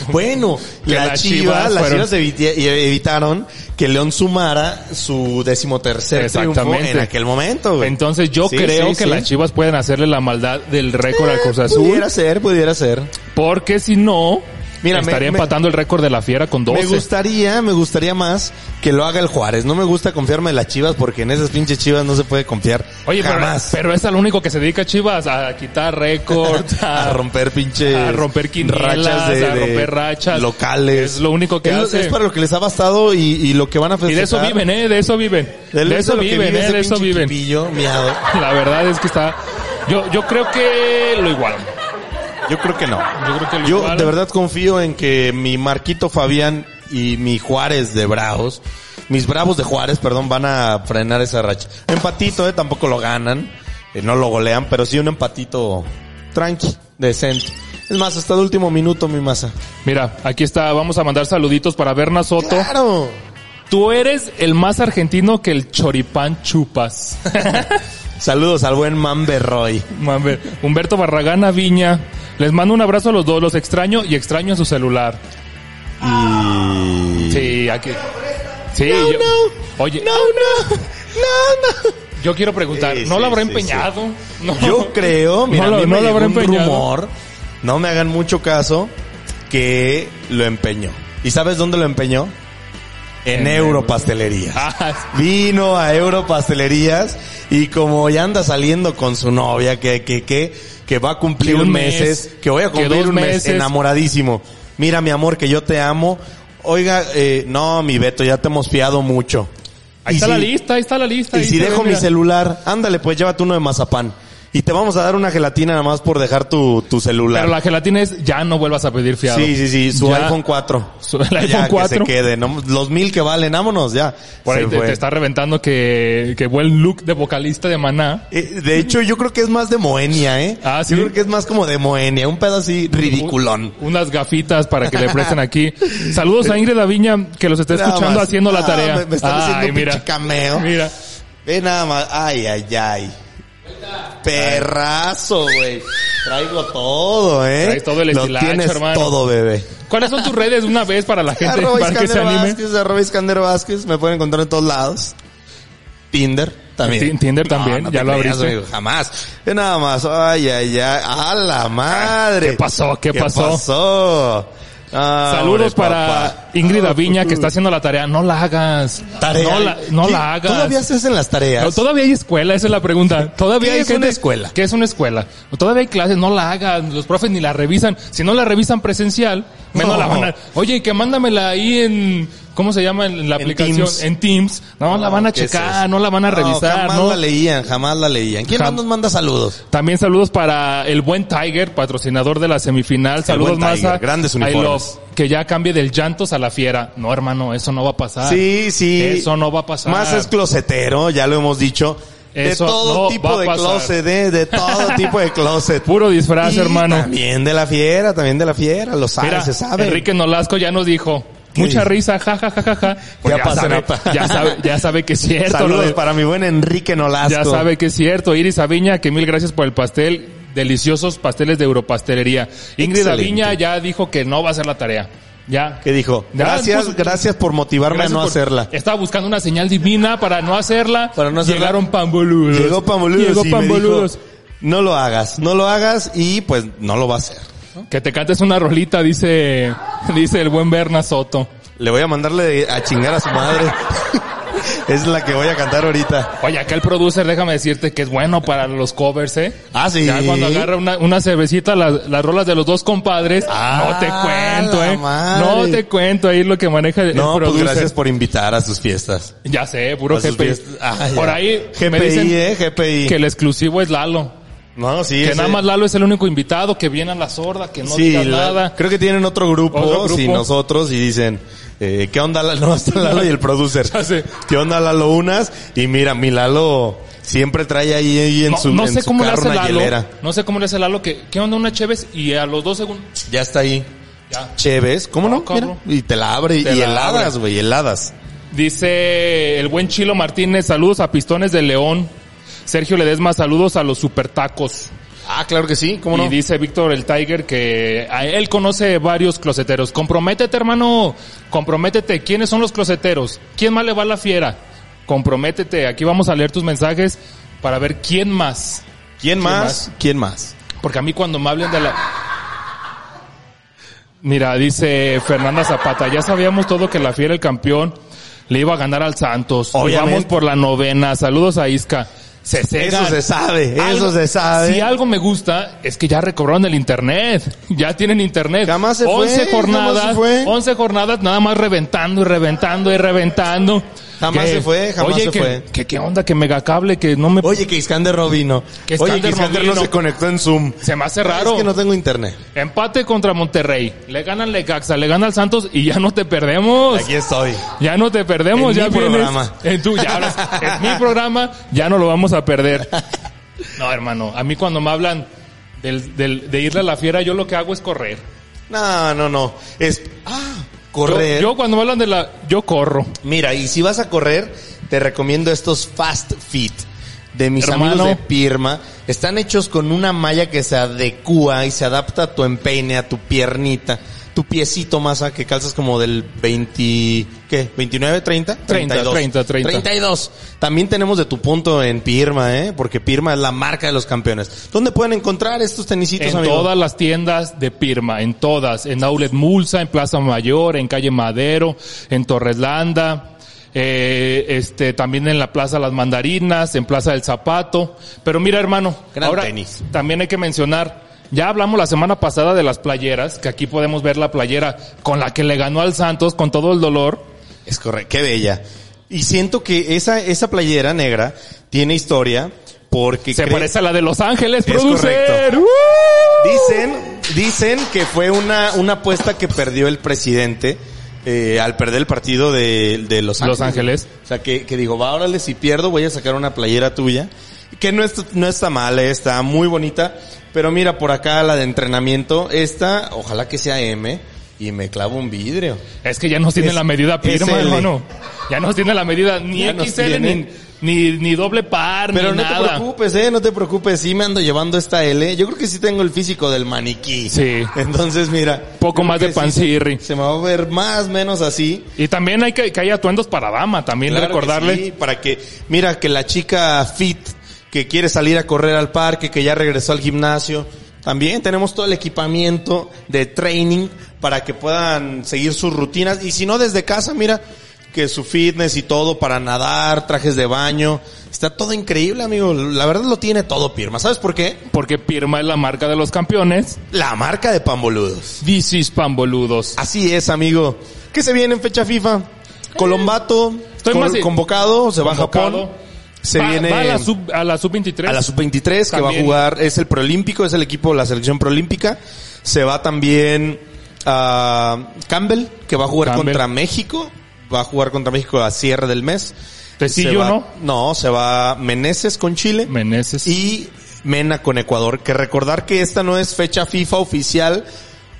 S1: bueno,
S2: Que
S1: la
S2: las
S1: Chivas,
S2: Chivas
S1: las
S2: fueron-
S1: Chivas eviti- y evitaron que León sumara su decimotercer triunfo
S2: Exactamente.
S1: en aquel momento. güey.
S2: Entonces yo
S1: Sí,
S2: creo
S1: sí, sí.
S2: que
S1: Eh,
S2: las Chivas pueden hacerle la maldad del récord al Cruz Azul.
S1: Pudiera ser, pudiera ser.
S2: Porque si no,
S1: Mira, me-
S2: estaría
S1: me-
S2: empatando el récord de la fiera con 12.
S1: Me gustaría, me gustaría más que lo haga el Juárez. No me gusta confiarme en las Chivas porque en esas pinches Chivas no se puede confiar.
S2: Oye, pero,
S1: jamás.
S2: pero es al único que se dedica Chivas a quitar récord,
S1: a romper pinches
S2: a romper quinielas, a romper rachas.
S1: locales
S2: Es lo único que
S1: es, lo-
S2: hace.
S1: es para lo que les ha bastado y, y lo que van a
S2: Y
S1: festejar
S2: de eso viven, eh, de eso viven. De, eso
S1: lo que
S2: viven,
S1: vive
S2: eh,
S1: ese
S2: de eso
S1: pinche
S2: viven.
S1: equipillo miado.
S2: La verdad es que está, yo, yo creo que lo igualan.
S1: yo creo que no
S2: Yo creo que lo
S1: yo
S2: igualan.
S1: de verdad confío en que mi Marquito Fabián y mi Juárez de Bravos mis Bravos de Juárez perdón van a frenar esa racha empatito eh tampoco lo ganan eh, no lo golean pero sí un empatito tranqui decente es más hasta el último minuto mi masa
S2: Mira, aquí está, vamos a mandar saluditos para Berna Soto.
S1: claro
S2: Tú eres el más argentino que el choripán chupas.
S1: Saludos al buen Mamberroy.
S2: Mame. Humberto Barragán Viña. Les mando un abrazo a los dos, los extraño y extraño a su celular.
S1: Ah. Y...
S2: Sí, aquí. Sí, yo- Oye,
S1: no, no,
S2: yo quiero preguntar,
S1: Sí,
S2: ¿no
S1: sí,
S2: lo habrá
S1: sí,
S2: empeñado? No.
S1: Yo creo, mira,
S2: No lo-
S1: a mí
S2: no
S1: me
S2: lo
S1: llegó
S2: habrá
S1: un
S2: empeñado.
S1: rumor, no me hagan mucho caso, que lo empeñó. ¿Y sabes dónde lo empeñó? En,
S2: En
S1: Europastelerías.
S2: Ah,
S1: Vino a Europastelerías y como ya anda saliendo con su novia, que, que, que, que va a cumplir
S2: Que un
S1: un
S2: mes,
S1: mes, que voy a
S2: que
S1: cumplir
S2: dos
S1: un mes,
S2: meses.
S1: enamoradísimo. Mira, mi amor, que yo te amo. Oiga, eh, no, mi Beto, ya te hemos fiado mucho.
S2: ahí
S1: Y
S2: está
S1: sí,
S2: la lista, ahí está la lista.
S1: y
S2: ahí
S1: si
S2: está,
S1: dejo mi
S2: mira.
S1: celular, ándale, pues llévate uno de mazapán. Y te vamos a dar una gelatina nada más por dejar tu, tu celular.
S2: Pero la gelatina es, ya no vuelvas a pedir fiado.
S1: sí, sí, sí, su
S2: Ya,
S1: iPhone 4.
S2: Su- el iPhone
S1: ya,
S2: 4.
S1: Que se quede, ¿no? los mil que valen, vámonos ya.
S2: Por ahí
S1: Se
S2: te,
S1: fue.
S2: te está reventando que, que buen look de vocalista de maná.
S1: Eh, De hecho, yo creo que es más de Moenia, ¿eh?
S2: Ah, ¿sí?
S1: Yo creo que es más como de Moenia, un pedo así ridiculón.
S2: U- Unas gafitas para que le presten aquí. Saludos a Ingrid Aviña, que los está
S1: Nada
S2: escuchando
S1: más.
S2: haciendo la
S1: Ah,
S2: tarea.
S1: Me, me están
S2: Ay,
S1: haciendo un
S2: mira.
S1: pinche cameo.
S2: Mira.
S1: Ve nada más. Ay, ay, ay. Perrazo, güey. Traigo todo, ¿eh?
S2: Traes todo el
S1: Lo
S2: estilacho,
S1: tienes
S2: hermano.
S1: todo, bebé.
S2: ¿Cuáles son tus redes de una vez para la gente?
S1: Arroba
S2: para que se
S1: Iskander
S2: anime.
S1: Vázquez, arroba Iskander Vázquez. Me pueden encontrar en todos lados. Tinder también.
S2: Ti- Tinder también, ya
S1: te
S2: lo
S1: creas,
S2: abriste.
S1: güey, jamás. Ve nada más. Ay, ay, ay. A la madre.
S2: ¿Qué pasó? ¿Qué pasó?
S1: pasó? Ah,
S2: Saludos
S1: hombre,
S2: para
S1: papá. Ah,
S2: Ingrid Aviña, que está haciendo la tarea. No la hagas.
S1: Tarea.
S2: No la, no
S1: ¿Qué?
S2: la hagas.
S1: Todavía se hacen las tareas.
S2: No, todavía hay escuela, esa es la pregunta. Todavía
S1: ¿Qué
S2: hay
S1: es una
S2: gente-
S1: escuela?
S2: ¿Qué es una escuela? Todavía hay clases, no la hagan, los profes ni la revisan. Si no la revisan presencial, menos
S1: No.
S2: la van a... Oye, que mándamela ahí en... ¿Cómo se llama en la
S1: En
S2: aplicación?
S1: Teams.
S2: En Teams. No, la van a
S1: ¿qué es
S2: checar,
S1: eso?
S2: no la van a revisar,
S1: jamás
S2: ¿no?
S1: la leían, jamás la leían. ¿Quién
S2: Jam-
S1: más nos manda saludos?
S2: También saludos para el buen Tiger, patrocinador de la semifinal. Saludos
S1: buen Tiger,
S2: más a
S1: grandes
S2: I
S1: uniformes.
S2: Love, que ya cambie del llantos a la fiera. No, hermano, eso no va a pasar.
S1: Sí, sí.
S2: Eso no va a pasar.
S1: Más es closetero, ya lo hemos dicho.
S2: Eso
S1: de todo
S2: no va
S1: tipo
S2: a
S1: de
S2: pasar.
S1: closet, eh, de todo tipo de closet.
S2: Puro disfraz,
S1: Y
S2: hermano.
S1: También de la fiera, también de la fiera, lo sabe,
S2: Mira,
S1: se sabe.
S2: Enrique Nolasco ya nos dijo.
S1: ¿Qué
S2: Mucha
S1: dice?
S2: risa, ja, ja, ja, ja, ja. Pues
S1: Ya pasó,
S2: sabe,
S1: Nata.
S2: ya sabe, ya sabe que es cierto.
S1: Saludos
S2: lo de-
S1: para mi buen Enrique Nolasco.
S2: ya sabe que es cierto. Iris Aviña, que mil gracias por el pastel. Deliciosos pasteles de Europastelería. Ingrid
S1: Excelente.
S2: Aviña ya dijo que no va a hacer la tarea. Ya.
S1: Que dijo,
S2: Ya,
S1: gracias,
S2: pues,
S1: gracias por motivarme
S2: Gracias
S1: a no
S2: por- Eh,
S1: hacerla.
S2: Estaba buscando una señal divina para no hacerla.
S1: Para no hacerla.
S2: Llegaron pamboludos.
S1: Llegó Pamboludos
S2: Llegó
S1: y
S2: pamboludos.
S1: me dijo, no lo hagas, no lo hagas y pues no lo va a hacer.
S2: Que te cantes una rolita, dice, dice el buen Berna Soto.
S1: Le voy a mandarle a chingar a su madre. es la que voy a cantar ahorita.
S2: Oye, acá el producer, déjame decirte que es bueno para los covers, ¿eh?
S1: Ah, sí.
S2: Ya cuando agarra una, una cervecita, las, las rolas de los dos compadres,
S1: Ah,
S2: no te cuento,
S1: la
S2: ¿eh?
S1: madre.
S2: No te cuento, ahí lo que maneja el
S1: No, pues
S2: producer.
S1: gracias por invitar a sus fiestas.
S2: Ya sé, puro
S1: A sus
S2: GPI.
S1: fiestas. Ah, ya.
S2: por ahí
S1: GPI,
S2: me dicen
S1: eh, GPI.
S2: que el exclusivo es Lalo.
S1: no, sí.
S2: Que
S1: ese-
S2: nada más Lalo es el único invitado, que viene a la sorda, que no
S1: sí,
S2: diga
S1: la-
S2: nada.
S1: Creo que tienen otro grupo,
S2: Otro grupo.
S1: sin nosotros y dicen, eh, ¿qué onda Lalo? No, está Lalo y el producer.
S2: Ya sé.
S1: ¿Qué onda Lalo Unas? Y mira, mi Lalo siempre trae ahí, ahí en
S2: No,
S1: su,
S2: no
S1: en
S2: sé
S1: su
S2: cómo le
S1: carro
S2: hace
S1: una
S2: Lalo.
S1: hielera.
S2: No sé cómo le hace Lalo que, ¿qué onda una Chévez? Y a los dos segundos,
S1: Ya está ahí.
S2: ya.
S1: Chéves, ¿cómo
S2: Ah,
S1: no?
S2: cabrón.
S1: Mira, y te la abre
S2: Te
S1: y
S2: la
S1: heladas,
S2: abre.
S1: güey, heladas.
S2: Dice el buen Chilo Martínez, saludos a Pistones de León. Sergio Ledesma, saludos a los Super Tacos.
S1: Ah, claro que sí, ¿cómo
S2: Y dice Víctor el Tiger que a él conoce varios closeteros. Comprométete, hermano. Comprométete. ¿Quiénes son los closeteros? ¿Quién más le va a la fiera? Comprométete. Aquí vamos a leer tus mensajes para ver quién más.
S1: ¿Quién más? ¿Quién más?
S2: Porque a mí cuando me hablen de la... Mira, dice Fernanda Zapata, ya sabíamos todo que la fiera el campeón le iba a ganar al Santos. Y
S1: Obviamente.
S2: Vamos por la novena. Saludos a Isca. Se cegan.
S1: Eso se sabe, eso
S2: Algo-
S1: se sabe.
S2: Si algo me gusta es que ya recobraron el internet. Ya tienen internet.
S1: Jamás se fue,
S2: 11
S1: jamás
S2: jornadas,
S1: se fue.
S2: 11 jornadas nada más reventando y reventando y reventando.
S1: Jamás se fue, jamás
S2: oye,
S1: se
S2: que-
S1: fue.
S2: Que, ¿Qué onda? Que megacable, que no me...
S1: Oye, que Iskander Robino.
S2: Que
S1: Oye, que
S2: Iskander no
S1: Iskander no
S2: vino.
S1: se conectó en Zoom.
S2: se me hace raro.
S1: Es que no tengo internet.
S2: Empate contra Monterrey. Le ganan Lecaxa, le gana al Santos y ya no te perdemos.
S1: Aquí estoy.
S2: Ya no te perdemos,
S1: En
S2: ya
S1: mi
S2: vienes.
S1: programa.
S2: En tu, ya hablas, en mi programa, ya no lo vamos a perder. No, hermano, a mí cuando me hablan del, del- de irle a la fiera, yo lo que hago es correr.
S1: No, no, no. Es, ah,
S2: Yo-
S1: correr.
S2: Yo, cuando me hablan de la, yo corro.
S1: Mira, y si vas a correr, te recomiendo estos Fast Fit de mis
S2: Hermano.
S1: amigos de Pirma. Están hechos con una malla que se adecua y se adapta a tu empeine, a tu piernita. tu piecito, Masa, que calzas como del 20, ¿qué? 29, 30?
S2: 30, 30, 30.
S1: 32. También tenemos de tu punto en Pirma, ¿eh? Porque Pirma es la marca de los campeones. ¿Dónde pueden encontrar estos tenisitos,
S2: En
S1: amigo?
S2: todas las tiendas de Pirma, en todas, en Aulet Mulsa, en Plaza Mayor, en Calle Madero, en Torreslanda, eh, este, también en la Plaza Las Mandarinas, en Plaza del Zapato. Pero mira hermano,
S1: Gran
S2: ahora
S1: tenis.
S2: también hay que mencionar, ya hablamos la semana pasada de las playeras, que aquí podemos ver la playera con la que le ganó al Santos con todo el dolor.
S1: Es correcto, qué bella. Y siento que esa, esa playera negra tiene historia porque
S2: Se
S1: cre-
S2: parece a la de Los Ángeles,
S1: Es
S2: producer.
S1: correcto.
S2: ¡Uh!
S1: Dicen, dicen que fue una, una apuesta que perdió el presidente eh, al perder el partido de, de Los Ángeles.
S2: Los Ángeles.
S1: O sea, que, que digo, va, órale, si pierdo voy a sacar una playera tuya. Que no, est- no está mal, eh, está muy bonita. Pero mira, por acá la de entrenamiento, esta, ojalá que sea M, y me clavo un vidrio.
S2: Es que ya no tiene
S1: Es-
S2: la medida pirma,
S1: SL.
S2: hermano. Ya no tiene la medida ni
S1: Ya nos
S2: XL, ni,
S1: tiene.
S2: ni, ni doble par,
S1: Pero
S2: ni
S1: no te
S2: nada.
S1: preocupes, eh, no te preocupes, sí me ando llevando esta L. Yo creo que sí tengo el físico del maniquí.
S2: Sí.
S1: Entonces, mira.
S2: Poco
S1: creo
S2: más
S1: que
S2: de
S1: sí se-
S2: pancirri.
S1: se me va a ver más menos así.
S2: Y también hay que, que hay atuendos para dama, también
S1: Claro que
S2: recordarle.
S1: sí, para que, mira, que la chica fit, que quiere salir a correr al parque, que ya regresó al gimnasio, también tenemos todo el equipamiento de training para que puedan seguir sus rutinas. Y si no, desde casa, mira, que su fitness y todo para nadar, trajes de baño. Está todo increíble, amigo. La verdad lo tiene todo, Pirma. ¿Sabes por qué?
S2: Porque Pirma es la marca de los campeones.
S1: La marca de Pamboludos.
S2: This is Pamboludos.
S1: Así es, amigo. ¿Qué se viene en fecha FIFA? Colombato,
S2: Eh, Estoy
S1: col-
S2: más de-
S1: convocado, se va a
S2: Convocado.
S1: Japón. Se
S2: Va-
S1: viene
S2: va a la sub, a la sub 23.
S1: a la sub-23 que va a
S2: También.
S1: jugar, es el preolímpico, es el equipo de la selección preolímpica. Se va también a Campbell, que va a jugar
S2: Campbell.
S1: contra México. Va a jugar contra México a cierre del mes.
S2: Tecillo,
S1: Se va-
S2: ¿no?
S1: No, se va Meneses con Chile
S2: Meneses.
S1: y Mena con Ecuador. Que recordar que esta no es fecha FIFA oficial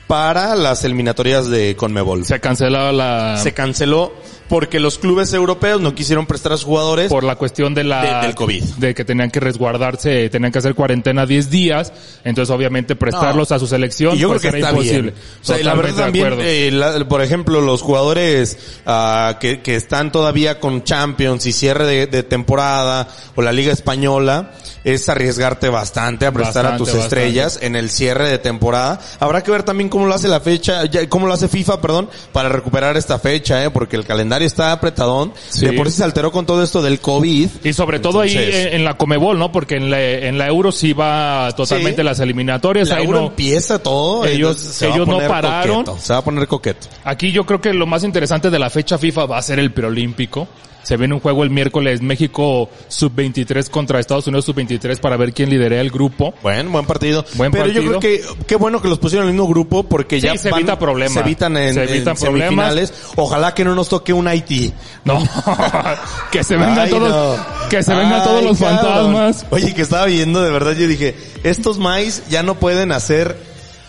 S1: para las eliminatorias de Conmebol.
S2: se cancelaba la,
S1: Se canceló porque los clubes europeos no quisieron prestar a sus jugadores.
S2: por la cuestión de la
S1: De- del COVID.
S2: de que tenían que resguardarse, tenían que hacer cuarentena 10 días, entonces obviamente prestarlos
S1: No.
S2: a su selección
S1: y yo
S2: pues,
S1: creo que
S2: era
S1: está
S2: imposible.
S1: bien. O sea, y la
S2: Totalmente
S1: verdad
S2: de
S1: también,
S2: acuerdo.
S1: eh, la- por ejemplo, los jugadores ah, que, que están todavía con Champions y cierre de, de temporada o la Liga Española, es arriesgarte bastante a prestar a
S2: Bastante,
S1: tus
S2: bastante.
S1: estrellas en el cierre de temporada. Habrá que ver también cómo lo hace la fecha, ya- cómo lo hace FIFA, perdón, para recuperar esta fecha, eh, porque el calendario está apretadón.
S2: Sí.
S1: De por sí se alteró con todo esto del COVID.
S2: Y sobre todo ahí
S1: Entonces-
S2: en, en la Comebol, ¿no? Porque en la, en la Euro sí va totalmente
S1: Sí.
S2: las eliminatorias.
S1: La
S2: ahí
S1: Euro
S2: no-
S1: empieza todo.
S2: Ellos-
S1: entonces se va a
S2: ellos no
S1: poner
S2: pararon.
S1: coqueto, se va a poner coqueto.
S2: Aquí yo creo que lo más interesante de la fecha FIFA va a ser el preolímpico. Se viene un juego el miércoles México sub-23 contra Estados Unidos sub-23 para ver quién lidera el grupo.
S1: Bueno, buen partido.
S2: Buen
S1: Pero yo creo
S2: partido.
S1: que qué bueno que los pusieron en el mismo grupo porque
S2: Sí,
S1: ya
S2: se
S1: van-
S2: evita problema.
S1: se evitan en,
S2: Se evitan
S1: en semifinales. Ojalá que no nos toque un Haití.
S2: No, que se vengan
S1: Ay,
S2: todos,
S1: no.
S2: que se vengan
S1: Ay,
S2: todos los
S1: cabrón.
S2: fantasmas.
S1: Oye, que estaba viendo de verdad yo dije, estos maíz ya no pueden hacer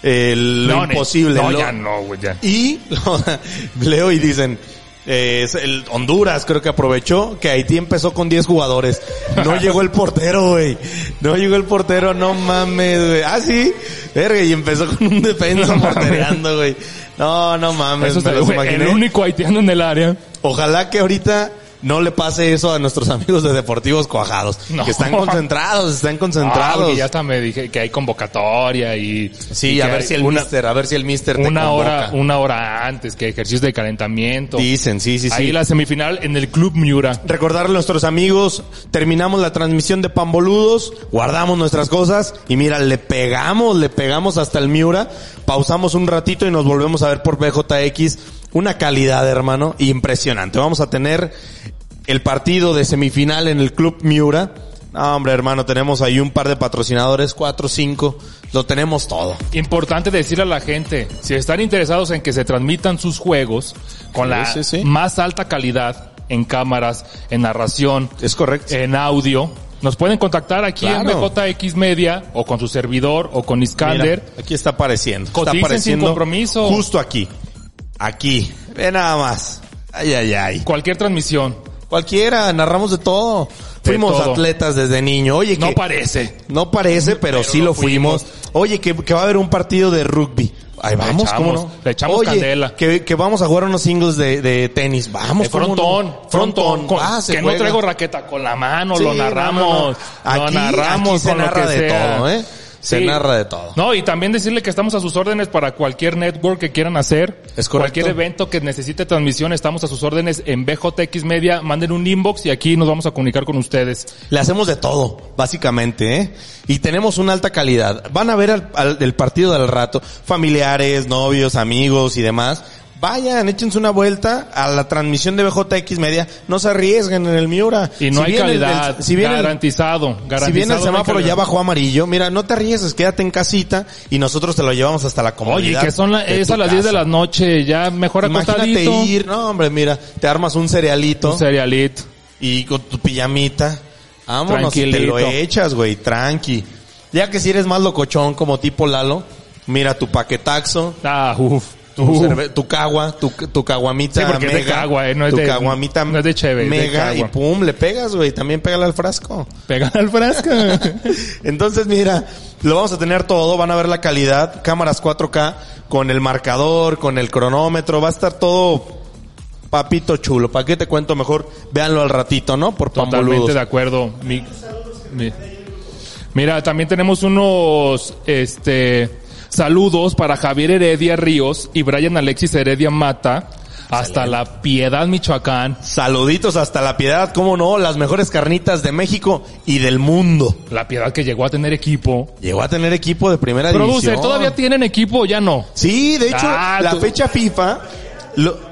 S1: eh, lo
S2: No, ne-
S1: imposible.
S2: No,
S1: lo-
S2: ya no, güey, ya.
S1: Y leo y dicen, eh, es el Honduras creo que aprovechó que Haití empezó con 10 jugadores. No llegó el portero, güey. No llegó el portero, no mames, güey. Ah, sí. Verga, y empezó con un defensa portereando, güey. No, no mames,
S2: Eso
S1: me
S2: se-
S1: los
S2: Pues, güey, el
S1: imaginé.
S2: único haitiano en el área.
S1: Ojalá que ahorita no le pase eso a nuestros amigos de Deportivos Cuajados.
S2: No.
S1: Que están concentrados, están
S2: Ah,
S1: concentrados.
S2: porque ya hasta me dije que hay convocatoria y
S1: sí,
S2: y
S1: a
S2: que
S1: ver
S2: hay
S1: si el
S2: una-
S1: mister, a ver si el mister te
S2: una hora,
S1: convoca.
S2: una hora antes, que ejercicios de calentamiento.
S1: Dicen, sí, sí, sí.
S2: Ahí la semifinal en el Club Miura.
S1: Recordar a nuestros amigos, terminamos la transmisión de Pamboludos, guardamos nuestras cosas y mira, le pegamos, le pegamos hasta el Miura, pausamos un ratito y nos volvemos a ver por BJX. Una calidad, hermano, impresionante. Vamos a tener el partido de semifinal en el Club Miura. No, hombre, hermano, tenemos ahí un par de patrocinadores, cuatro, cinco, lo tenemos todo.
S2: Importante decirle a la gente, si están interesados en que se transmitan sus juegos con
S1: Sí,
S2: la
S1: sí, sí.
S2: más alta calidad en cámaras, en narración,
S1: Es correcto.
S2: en audio, nos pueden contactar aquí
S1: Claro.
S2: en BJX Media o con su servidor o con Iskander.
S1: Mira, aquí está apareciendo. Está
S2: Coticen sin
S1: apareciendo
S2: compromiso.
S1: Justo aquí. Aquí. Ve nada más. Ay, ay, ay.
S2: Cualquier transmisión.
S1: Cualquiera, narramos de todo.
S2: De
S1: Fuimos
S2: todo.
S1: atletas desde niño. Oye,
S2: No
S1: que
S2: parece.
S1: no parece, pero,
S2: Pero
S1: sí
S2: lo
S1: lo fuimos. Oye, que, que va a haber un partido de rugby. Ahí
S2: Le
S1: vamos,
S2: echamos,
S1: ¿cómo no?
S2: le echamos
S1: Oye,
S2: candela.
S1: Que, que vamos a jugar unos singles de, de tenis. Vamos,
S2: Eh, frontón,
S1: ¿cómo no?
S2: frontón, con-
S1: Ah, se
S2: que
S1: juega.
S2: no traigo raqueta con la mano,
S1: Sí,
S2: lo narramos,
S1: no, no, no. Aquí-
S2: lo narramos
S1: aquí se
S2: con lo
S1: narra
S2: que
S1: de
S2: sea.
S1: todo, ¿eh? Se narra de todo.
S2: No, y también decirle que estamos a sus órdenes para cualquier network que quieran hacer,
S1: Es correcto.
S2: cualquier evento que necesite transmisión, estamos a sus órdenes en BJX Media, manden un inbox y aquí nos vamos a comunicar con ustedes.
S1: Le hacemos de todo, básicamente, ¿eh? Y tenemos una alta calidad. Van a ver al, al- el partido del rato, familiares, novios, amigos y demás. Vayan, échense una vuelta a la transmisión de BJX Media. No se arriesguen en el Miura.
S2: Y no
S1: Si
S2: hay
S1: viene el del-
S2: calidad,
S1: si viene el-
S2: garantizado, garantizado.
S1: si bien el
S2: no hay
S1: semáforo
S2: calidad.
S1: ya bajó amarillo, mira, no te arriesgues, quédate en casita y nosotros te lo llevamos hasta la
S2: Oye,
S1: comodidad.
S2: que son la-
S1: de
S2: es
S1: tu
S2: a las 10 de
S1: casa.
S2: la noche, ya mejor
S1: Imagínate
S2: acostadito.
S1: ir, no hombre, mira, te armas un cerealito
S2: Un cerealito.
S1: y con tu pijamita, vámonos y te lo
S2: Tranquilito.
S1: echas, güey, tranqui. Ya que si eres más locochón como tipo Lalo, mira tu paquetaxo,
S2: Ah, uf.
S1: tu,
S2: uf.
S1: cerve- tu cagua, tu, tu caguamita
S2: Sí, porque es
S1: mega,
S2: de cagua, eh, no es
S1: tu
S2: de-
S1: caguamita
S2: no es de cheve, es de
S1: mega y
S2: cagua.
S1: pum, le pegas, güey, también pégale al frasco.
S2: Pegar al frasco.
S1: Entonces, mira, lo vamos a tener todo, van a ver la calidad, cámaras 4K, con el marcador, con el cronómetro, va a estar todo papito chulo. ¿Para qué te cuento mejor? Véanlo al ratito, ¿no? Por
S2: Totalmente
S1: pamboludos.
S2: de acuerdo. Mi- mi- mira, también tenemos unos este saludos para Javier Heredia Ríos y Brian Alexis Heredia Mata hasta la Piedad, Michoacán.
S1: Saluditos hasta la piedad, cómo no, las mejores carnitas de México y del mundo.
S2: La Piedad que llegó a tener equipo.
S1: Llegó a tener equipo de primera
S2: Producer,
S1: división.
S2: ¿todavía tienen equipo o ya no?
S1: Sí, de hecho,
S2: Ah,
S1: la
S2: tú-
S1: fecha FIFA lo,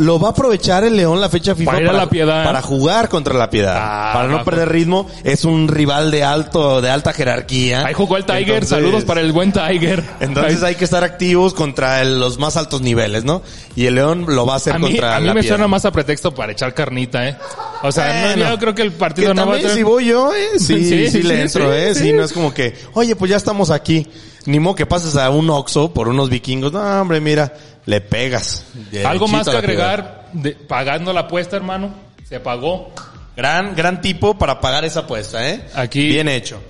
S1: lo va a aprovechar el León la fecha FIFA
S2: Para ir a La Piedad.
S1: para jugar contra la Piedad,
S2: Ah,
S1: para no
S2: va,
S1: perder ritmo, es un rival de alto de alta jerarquía.
S2: Ahí jugó el Tiger,
S1: Entonces-
S2: saludos para el buen Tiger.
S1: Entonces hay que estar activos contra el- los más altos niveles, ¿no? Y el León lo va a hacer
S2: a mí,
S1: contra
S2: a mí
S1: la
S2: me
S1: Piedad.
S2: suena más a pretexto para echar carnita, ¿eh? O sea, no,
S1: Bueno.
S2: yo creo que el
S1: Que
S2: partido no va a
S1: también
S2: tener...
S1: si voy yo, eh, sí, sí,
S2: Sí, sí,
S1: le
S2: sí,
S1: entro,
S2: sí,
S1: eh, sí.
S2: sí.
S1: no es como que, oye, pues ya estamos aquí. Ni modo que pases a un Oxxo por unos vikingos. No, hombre, mira, le pegas.
S2: Algo
S1: Derechito
S2: más
S1: a
S2: que
S1: la piedad.
S2: agregar, de- pagando la apuesta, hermano. Se pagó.
S1: Gran, gran tipo para pagar esa apuesta, ¿eh?
S2: Aquí-
S1: Bien hecho.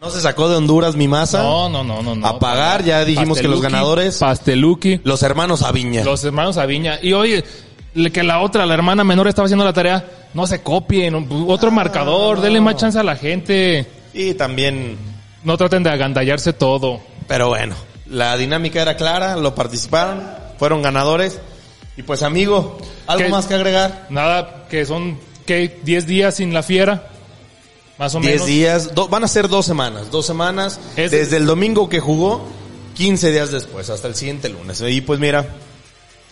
S1: No se sacó de Honduras mi masa.
S2: No, no, no, no. no.
S1: A pagar, ya dijimos que los ganadores-
S2: Pasteluki.
S1: Los hermanos Aviña.
S2: Los hermanos Aviña. Y oye, le- que la otra, la hermana menor, estaba haciendo la tarea. No se copien. un- Otro marcador. Denle más chance a la gente.
S1: Y también,
S2: No traten de agandallarse todo.
S1: pero bueno, la dinámica era clara, lo participaron, fueron ganadores. Y pues amigo, ¿algo
S2: ¿Qué?
S1: más que agregar?
S2: Nada, que son, ¿qué? 10 días sin la fiera. Más o
S1: Diez
S2: menos.
S1: días, do- van a ser dos semanas, dos semanas,
S2: Es-
S1: desde el domingo que jugó, 15 días después, hasta el siguiente lunes. Y pues mira,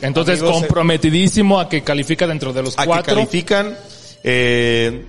S2: Entonces,
S1: Amigos, eh.
S2: comprometidísimo a que califica dentro de los
S1: a que
S2: cuatro.
S1: califican. eh,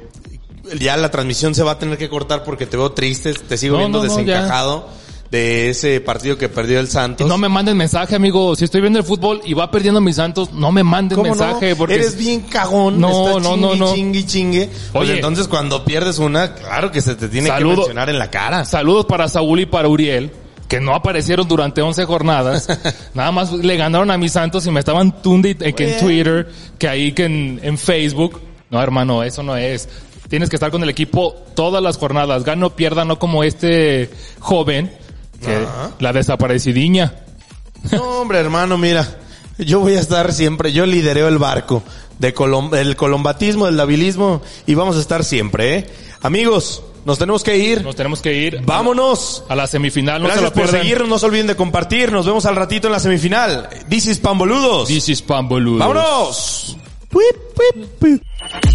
S1: ya la transmisión se va a tener que cortar porque te veo triste, te sigo
S2: No,
S1: viendo
S2: no, no, ya.
S1: desencajado de ese partido que perdió el
S2: Y
S1: Santos.
S2: no me manden mensaje, amigo. Si estoy viendo el fútbol y va perdiendo mis santos, no me manden
S1: ¿Cómo no?
S2: mensaje. Porque
S1: Eres bien cagón.
S2: No,
S1: estás
S2: no,
S1: chingue,
S2: no, no.
S1: chingue, chingue. Pues
S2: Oye.
S1: entonces cuando pierdes una, claro que se te tiene
S2: Saludo.
S1: que mencionar en la cara.
S2: Saludos para Saúl y para Uriel, que no aparecieron durante 11 jornadas. Nada más le ganaron a mis santos y me estaban tunde eh, que en
S1: Bueno.
S2: Twitter, que ahí que en, en Facebook. No, hermano, eso no es. Tienes que estar con el equipo todas las jornadas. Gano, pierda, no como este joven, que
S1: Ajá.
S2: la desaparecidiña.
S1: No, hombre, hermano, mira. Yo voy a estar siempre, yo lidereo el barco de Colom- el colombatismo, del labilismo y vamos a estar siempre, ¿eh? Amigos, nos tenemos que ir.
S2: Nos tenemos que ir.
S1: Vámonos.
S2: A la semifinal, no se
S1: Gracias
S2: lo
S1: por
S2: pierdan.
S1: seguirnos, no se olviden de compartir. Nos vemos al ratito en la semifinal. This is Pamboludos.
S2: This is Pan Boludo.
S1: ¡Vámonos! Puip, puip, puip.